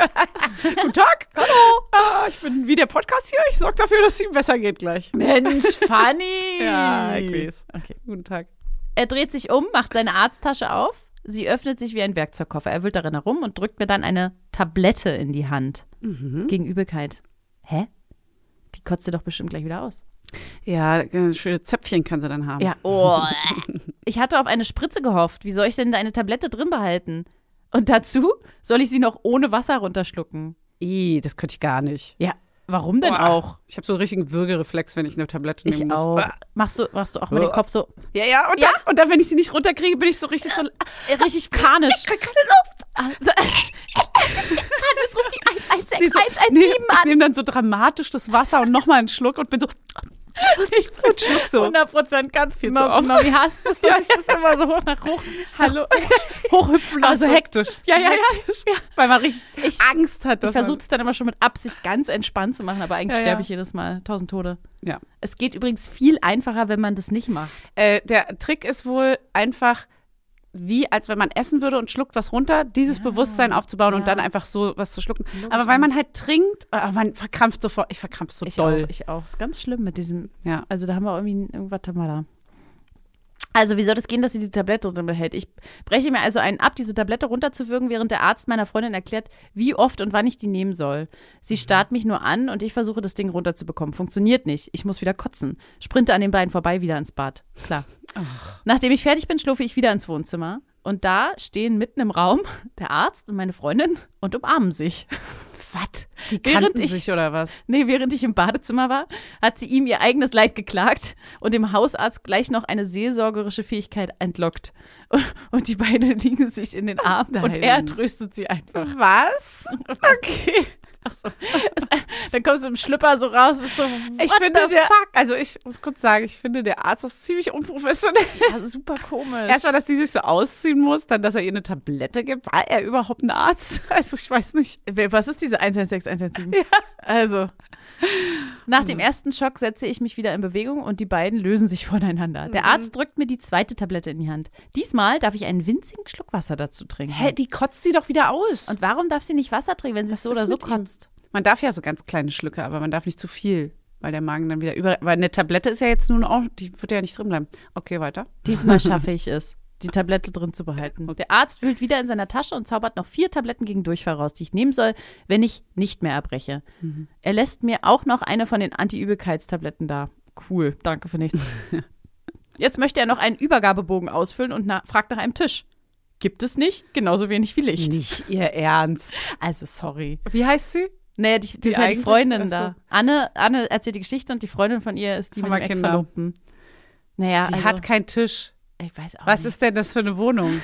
[SPEAKER 4] Guten Tag. Hallo. Ah, ich bin wie der Podcast hier. Ich sorge dafür, dass es ihm besser geht gleich.
[SPEAKER 3] Mensch, funny.
[SPEAKER 4] Ja, ich weiß.
[SPEAKER 3] Okay.
[SPEAKER 4] Guten Tag.
[SPEAKER 3] Er dreht sich um, macht seine Arzttasche auf. Sie öffnet sich wie ein Werkzeugkoffer. Er wühlt darin herum und drückt mir dann eine Tablette in die Hand.
[SPEAKER 4] Mhm.
[SPEAKER 3] Gegen Übelkeit. Hä? Die kotzt dir doch bestimmt gleich wieder aus.
[SPEAKER 4] Ja, äh, schöne Zäpfchen kann sie dann haben.
[SPEAKER 3] Ja. Oh. Ich hatte auf eine Spritze gehofft. Wie soll ich denn da eine Tablette drin behalten? Und dazu soll ich sie noch ohne Wasser runterschlucken.
[SPEAKER 4] Ih, das könnte ich gar nicht.
[SPEAKER 3] Ja, warum denn
[SPEAKER 4] Boah.
[SPEAKER 3] auch?
[SPEAKER 4] Ich habe so einen richtigen Würgereflex, wenn ich eine Tablette nehmen
[SPEAKER 3] Ich
[SPEAKER 4] muss.
[SPEAKER 3] auch.
[SPEAKER 4] Ah.
[SPEAKER 3] Machst du, machst du auch mit dem Kopf so
[SPEAKER 4] Ja, ja. Und,
[SPEAKER 3] Ja?
[SPEAKER 4] Dann, und dann, wenn ich sie nicht runterkriege, bin ich so richtig so. Ah,
[SPEAKER 3] richtig panisch. Ah,
[SPEAKER 4] keine Luft.
[SPEAKER 3] Hannes ruft die 116,
[SPEAKER 4] Nee, so, nee, ich nehme dann so dramatisch das Wasser und nochmal einen Schluck und bin so. Ich und schluck so.
[SPEAKER 3] 100 Prozent ganz viel
[SPEAKER 4] zu
[SPEAKER 3] genau,
[SPEAKER 4] oft.
[SPEAKER 3] Genau, wie hast du es, dass ich das immer so hoch nach hoch.
[SPEAKER 4] Hallo. Hochhüpfen
[SPEAKER 3] lassen.
[SPEAKER 4] Also hektisch.
[SPEAKER 3] Ja, ja, ja.
[SPEAKER 4] Hektisch. Weil man richtig
[SPEAKER 3] Ich-
[SPEAKER 4] Angst
[SPEAKER 3] Ich
[SPEAKER 4] hat. dass
[SPEAKER 3] versuche es dann immer schon mit Absicht ganz entspannt zu machen, aber eigentlich
[SPEAKER 4] Ja, ja.
[SPEAKER 3] sterbe ich jedes Mal. Tausend Tode.
[SPEAKER 4] man- Ja.
[SPEAKER 3] Es geht übrigens viel einfacher, wenn man das nicht macht.
[SPEAKER 4] Äh, der Trick ist wohl einfach wie als wenn man essen würde und schluckt was runter, dieses Bewusstsein aufzubauen und dann einfach so was zu schlucken. Aber weil man halt trinkt, ah, man verkrampft sofort. Ich verkrampf so
[SPEAKER 3] Ich
[SPEAKER 4] doll.
[SPEAKER 3] auch, ich auch. Ist ganz schlimm mit diesem.
[SPEAKER 4] Ja.
[SPEAKER 3] Also da haben wir irgendwie irgendwas haben wir da. Also wie soll das gehen, dass sie die Tablette drin behält? Ich breche mir also einen ab, diese Tablette runterzuwürgen, während der Arzt meiner Freundin erklärt, wie oft und wann ich die nehmen soll. Sie starrt mich nur an und ich versuche, das Ding runterzubekommen. Funktioniert nicht. Ich muss wieder kotzen. Sprinte an den beiden vorbei, wieder ins Bad. Klar. Nachdem ich fertig bin, schlurfe ich wieder ins Wohnzimmer. Und da stehen mitten im Raum der Arzt und meine Freundin und umarmen sich. was?
[SPEAKER 4] Die
[SPEAKER 3] Während
[SPEAKER 4] kannten
[SPEAKER 3] ich-
[SPEAKER 4] sich oder was?
[SPEAKER 3] Nee, während ich im Badezimmer war, hat sie ihm ihr eigenes Leid geklagt und dem Hausarzt gleich noch eine seelsorgerische Fähigkeit entlockt. Und die beiden liegen sich in den Armen und
[SPEAKER 4] Nein.
[SPEAKER 3] er tröstet sie einfach.
[SPEAKER 4] Was? Okay.
[SPEAKER 3] Dann kommst du im Schlüpper so raus, bist so,
[SPEAKER 4] Ich
[SPEAKER 3] what
[SPEAKER 4] finde
[SPEAKER 3] the
[SPEAKER 4] der, also ich muss kurz sagen, ich finde der Arzt ist ziemlich unprofessionell.
[SPEAKER 3] fuck? Ja, super komisch.
[SPEAKER 4] Erstmal, dass die sich so ausziehen muss, dann, dass er ihr eine Tablette gibt. War er überhaupt ein Arzt? Also ich weiß nicht.
[SPEAKER 3] Wer- Was ist diese 116117? Also, nach dem ersten Schock setze ich mich wieder in Bewegung und die beiden lösen sich voneinander. Der Arzt drückt mir die zweite Tablette in die Hand. Diesmal darf ich einen winzigen Schluck Wasser dazu trinken.
[SPEAKER 4] Hä, die kotzt sie doch wieder aus.
[SPEAKER 3] Und warum darf sie nicht Wasser trinken, wenn sie es so
[SPEAKER 4] ist
[SPEAKER 3] oder so
[SPEAKER 4] mit ihm?
[SPEAKER 3] kotzt?
[SPEAKER 4] man darf ja so ganz kleine Schlücke, aber man darf nicht zu viel, weil der Magen dann wieder über. Weil eine Tablette ist ja jetzt nun auch, die wird ja nicht drin bleiben. Okay, weiter.
[SPEAKER 3] Diesmal schaffe ich es, die Tablette drin zu behalten. Der Arzt wühlt wieder in seiner Tasche und zaubert noch vier Tabletten gegen Durchfall raus, die ich nehmen soll, wenn ich nicht mehr erbreche.
[SPEAKER 4] Mhm.
[SPEAKER 3] Er lässt mir auch noch eine von den Anti-Übelkeitstabletten da. Cool, danke für nichts. Jetzt möchte er noch einen Übergabebogen ausfüllen und na fragt nach einem Tisch. Gibt es nicht, genauso wenig wie Licht.
[SPEAKER 4] Nicht ihr Ernst.
[SPEAKER 3] Also sorry.
[SPEAKER 4] Wie heißt sie?
[SPEAKER 3] Naja, die, die, ist ja die
[SPEAKER 4] eigentlich-
[SPEAKER 3] Freundin
[SPEAKER 4] ach so.
[SPEAKER 3] da. Anne, Anne erzählt die Geschichte und die Freundin von ihr ist die
[SPEAKER 4] Haben
[SPEAKER 3] mit dem
[SPEAKER 4] wir Kinder?
[SPEAKER 3] Ex-Verlobten. Naja,
[SPEAKER 4] Die
[SPEAKER 3] also,
[SPEAKER 4] hat keinen Tisch.
[SPEAKER 3] ich weiß auch
[SPEAKER 4] Was
[SPEAKER 3] nicht.
[SPEAKER 4] ist denn das für eine Wohnung?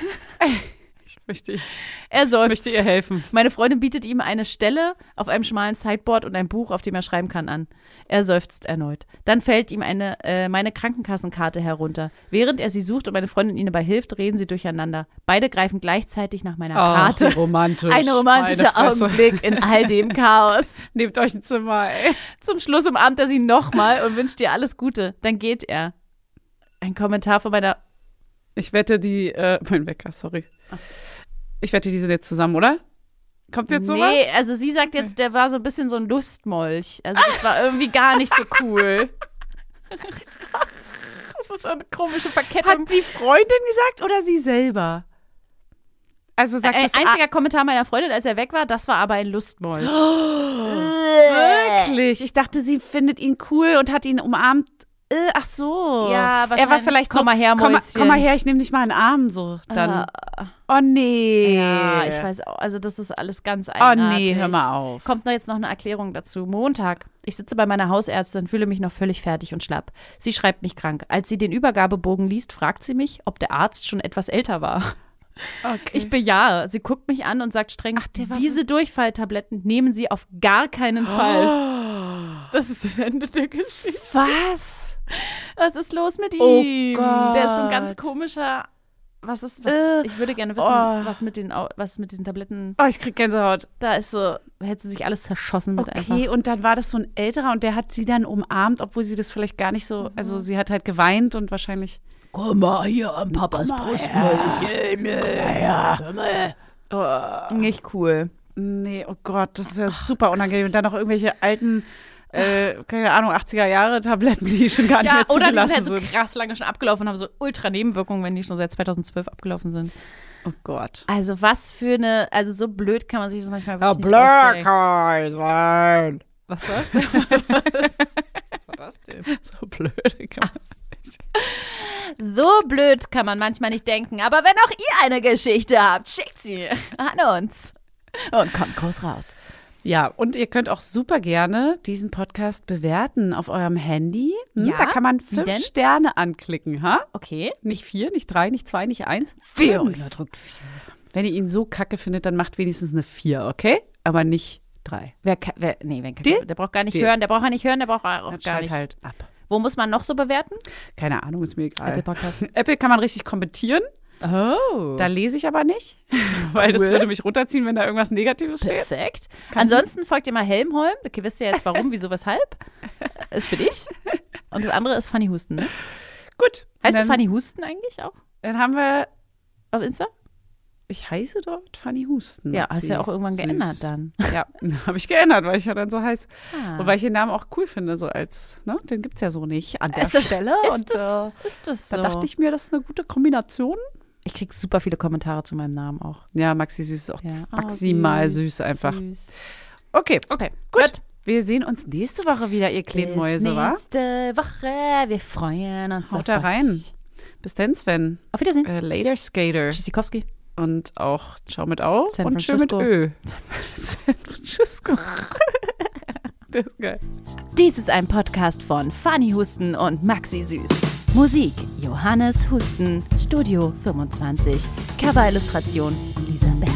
[SPEAKER 4] ich möchte, ich
[SPEAKER 3] Er seufzt.
[SPEAKER 4] möchte ihr helfen.
[SPEAKER 3] Meine Freundin bietet ihm eine Stelle auf einem schmalen Sideboard und ein Buch, auf dem er schreiben kann, an. Er seufzt erneut. Dann fällt ihm eine, äh, meine Krankenkassenkarte herunter. Während er sie sucht und meine Freundin ihnen dabei hilft, reden sie durcheinander. Beide greifen gleichzeitig nach meiner
[SPEAKER 4] Ach,
[SPEAKER 3] Karte.
[SPEAKER 4] romantisch.
[SPEAKER 3] Ein romantischer
[SPEAKER 4] Meine Fresse.
[SPEAKER 3] Augenblick in all dem Chaos.
[SPEAKER 4] Nehmt euch ein Zimmer, ey.
[SPEAKER 3] Zum Schluss umarmt er sie nochmal und wünscht ihr alles Gute. Dann geht er. Ein Kommentar von meiner.
[SPEAKER 4] Ich wette, die. Äh, mein Wecker, sorry. Ich wette, die sind jetzt zusammen, oder? Kommt jetzt sowas?
[SPEAKER 3] Nee, also sie sagt jetzt, der war so ein bisschen so ein Lustmolch. Also das war irgendwie gar nicht so cool. Das ist eine komische Verkettung.
[SPEAKER 4] Hat die Freundin gesagt oder sie selber? Also sagt
[SPEAKER 3] Ein
[SPEAKER 4] das
[SPEAKER 3] einziger Kommentar meiner Freundin, als er weg war, das war aber ein Lustmolch.
[SPEAKER 4] Ah, wirklich. Ich dachte, sie findet ihn cool und hat ihn umarmt. Äh, ach so.
[SPEAKER 3] Ja,
[SPEAKER 4] Er war
[SPEAKER 3] wahrscheinlich.
[SPEAKER 4] vielleicht
[SPEAKER 3] Komm
[SPEAKER 4] so,
[SPEAKER 3] mal her,
[SPEAKER 4] komm mal,
[SPEAKER 3] Mäuschen.
[SPEAKER 4] komm mal her, ich nehme dich mal in den Arm so. Dann. Oh nee.
[SPEAKER 3] Ah, Ja, ich weiß auch. Also das ist alles ganz
[SPEAKER 4] Oh
[SPEAKER 3] eigenartig.
[SPEAKER 4] nee, hör mal auf.
[SPEAKER 3] Kommt noch jetzt noch eine Erklärung dazu. Montag. Ich sitze bei meiner Hausärztin, fühle mich noch völlig fertig und schlapp. Sie schreibt mich krank. Als sie den Übergabebogen liest, fragt sie mich, ob der Arzt schon etwas älter war.
[SPEAKER 4] Okay.
[SPEAKER 3] Ich bejahe. Sie guckt mich an und sagt streng, diese Durchfalltabletten nehmen Sie auf gar keinen
[SPEAKER 4] Oh.
[SPEAKER 3] Fall. Das ist das Ende der Geschichte.
[SPEAKER 4] was?
[SPEAKER 3] Was ist los mit ihm?
[SPEAKER 4] Oh
[SPEAKER 3] Der ist so ein ganz
[SPEAKER 4] Gott.
[SPEAKER 3] komischer. Was ist, was,
[SPEAKER 4] Äh,
[SPEAKER 3] ich würde gerne wissen,
[SPEAKER 4] oh.
[SPEAKER 3] was, mit den, Au- was mit diesen Tabletten,
[SPEAKER 4] Oh, ich krieg Gänsehaut.
[SPEAKER 3] da ist so, da hätte sie sich alles zerschossen mit einfach.
[SPEAKER 4] Okay, und dann war das so ein älterer und der hat sie dann umarmt, obwohl sie das vielleicht gar nicht so,
[SPEAKER 3] Mhm.
[SPEAKER 4] also sie hat halt geweint und wahrscheinlich.
[SPEAKER 1] Komm mal hier an Papas Brustmilch.
[SPEAKER 3] Nicht cool.
[SPEAKER 4] Nee, oh Gott, das ist ja super unangenehm. Und dann noch irgendwelche alten, äh, keine Ahnung, 80er Jahre Tabletten, die schon gar nicht
[SPEAKER 3] Ja,
[SPEAKER 4] mehr
[SPEAKER 3] oder die sind
[SPEAKER 4] zugelassen
[SPEAKER 3] halt so
[SPEAKER 4] sind.
[SPEAKER 3] krass lange schon abgelaufen und haben so ultra Nebenwirkungen, wenn die schon seit 2012 abgelaufen sind.
[SPEAKER 4] Oh Gott.
[SPEAKER 3] Also was für eine, also so blöd kann man sich das manchmal wirklich nicht ausdenken.
[SPEAKER 4] sein.
[SPEAKER 3] Was war das? Was war das denn?
[SPEAKER 4] So blöde Kass.
[SPEAKER 3] So blöd kann man manchmal nicht denken, aber wenn auch ihr eine Geschichte habt, schickt sie an uns. Und kommt groß raus.
[SPEAKER 4] Ja, und ihr könnt auch super gerne diesen Podcast bewerten auf eurem Handy. Hm,
[SPEAKER 3] Ja,
[SPEAKER 4] Da kann man
[SPEAKER 3] wie
[SPEAKER 4] fünf
[SPEAKER 3] denn?
[SPEAKER 4] Sterne anklicken, ha?
[SPEAKER 3] Okay.
[SPEAKER 4] Nicht vier, nicht drei, nicht zwei, nicht eins.
[SPEAKER 1] Vier unterdrückt.
[SPEAKER 4] Wenn ihr ihn so kacke findet, dann macht wenigstens eine vier, okay? Aber nicht drei.
[SPEAKER 3] Wer, ka- wer, nee, wer,
[SPEAKER 4] Die?
[SPEAKER 3] kann- der braucht gar nicht
[SPEAKER 4] Die.
[SPEAKER 3] hören, der braucht ja nicht hören, der braucht auch
[SPEAKER 4] Dann
[SPEAKER 3] gar
[SPEAKER 4] schalt
[SPEAKER 3] nicht.
[SPEAKER 4] halt ab.
[SPEAKER 3] Wo muss man noch so bewerten?
[SPEAKER 4] Keine Ahnung, ist mir egal.
[SPEAKER 3] Apple Podcast.
[SPEAKER 4] Apple kann man richtig kommentieren.
[SPEAKER 3] Oh.
[SPEAKER 4] Da lese ich aber nicht, weil das
[SPEAKER 3] Cool.
[SPEAKER 4] würde mich runterziehen, wenn da irgendwas Negatives steht.
[SPEAKER 3] Perfekt. Ansonsten folgt ihr mal Helmholm. Da wisst ihr jetzt warum, wieso, weshalb. Das bin ich. Und das andere ist Fanny Husten. Ne?
[SPEAKER 4] Gut.
[SPEAKER 3] Heißt du
[SPEAKER 4] dann,
[SPEAKER 3] Fanny Husten eigentlich auch
[SPEAKER 4] Dann haben wir,
[SPEAKER 3] auf Insta?
[SPEAKER 4] ich heiße dort Fanny Husten.
[SPEAKER 3] Ja,
[SPEAKER 4] Maxi.
[SPEAKER 3] hast ja auch irgendwann
[SPEAKER 4] Süß.
[SPEAKER 3] geändert dann.
[SPEAKER 4] Ja, habe ich geändert, weil ich ja dann so heiß.
[SPEAKER 3] Ah.
[SPEAKER 4] Und weil ich den Namen auch cool finde, so als, ne, den gibt's ja so nicht an der
[SPEAKER 3] Ist das-
[SPEAKER 4] Stelle.
[SPEAKER 3] Ist,
[SPEAKER 4] und
[SPEAKER 3] das,
[SPEAKER 4] äh,
[SPEAKER 3] ist das so?
[SPEAKER 4] da dachte ich mir, das ist eine gute Kombination.
[SPEAKER 3] Ich krieg super viele Kommentare zu meinem Namen auch.
[SPEAKER 4] Ja, Maxi Süß ist auch
[SPEAKER 3] Ja.
[SPEAKER 4] maximal
[SPEAKER 3] Oh,
[SPEAKER 4] süß einfach.
[SPEAKER 3] süß.
[SPEAKER 4] Okay,
[SPEAKER 3] Okay,
[SPEAKER 4] gut.
[SPEAKER 3] gut.
[SPEAKER 4] Wir sehen uns nächste Woche wieder, ihr kleinen Mäuse, wa?
[SPEAKER 3] nächste Woche. Wir freuen uns.
[SPEAKER 4] Haut
[SPEAKER 3] auf
[SPEAKER 4] da
[SPEAKER 3] euch.
[SPEAKER 4] rein. Bis dann, Sven.
[SPEAKER 3] Auf Wiedersehen.
[SPEAKER 4] Äh, later Skater.
[SPEAKER 3] Tschüssikowski.
[SPEAKER 4] Und auch Ciao mit Au
[SPEAKER 3] San
[SPEAKER 4] und Tschö mit
[SPEAKER 3] Francisco.
[SPEAKER 4] Ö. Sandwiches koche. das ist geil.
[SPEAKER 3] Dies ist ein Podcast von Fanny Husten und Maxi Süß. Musik Johannes Husten, Studio 25. Cover-Illustration Lisa Beck.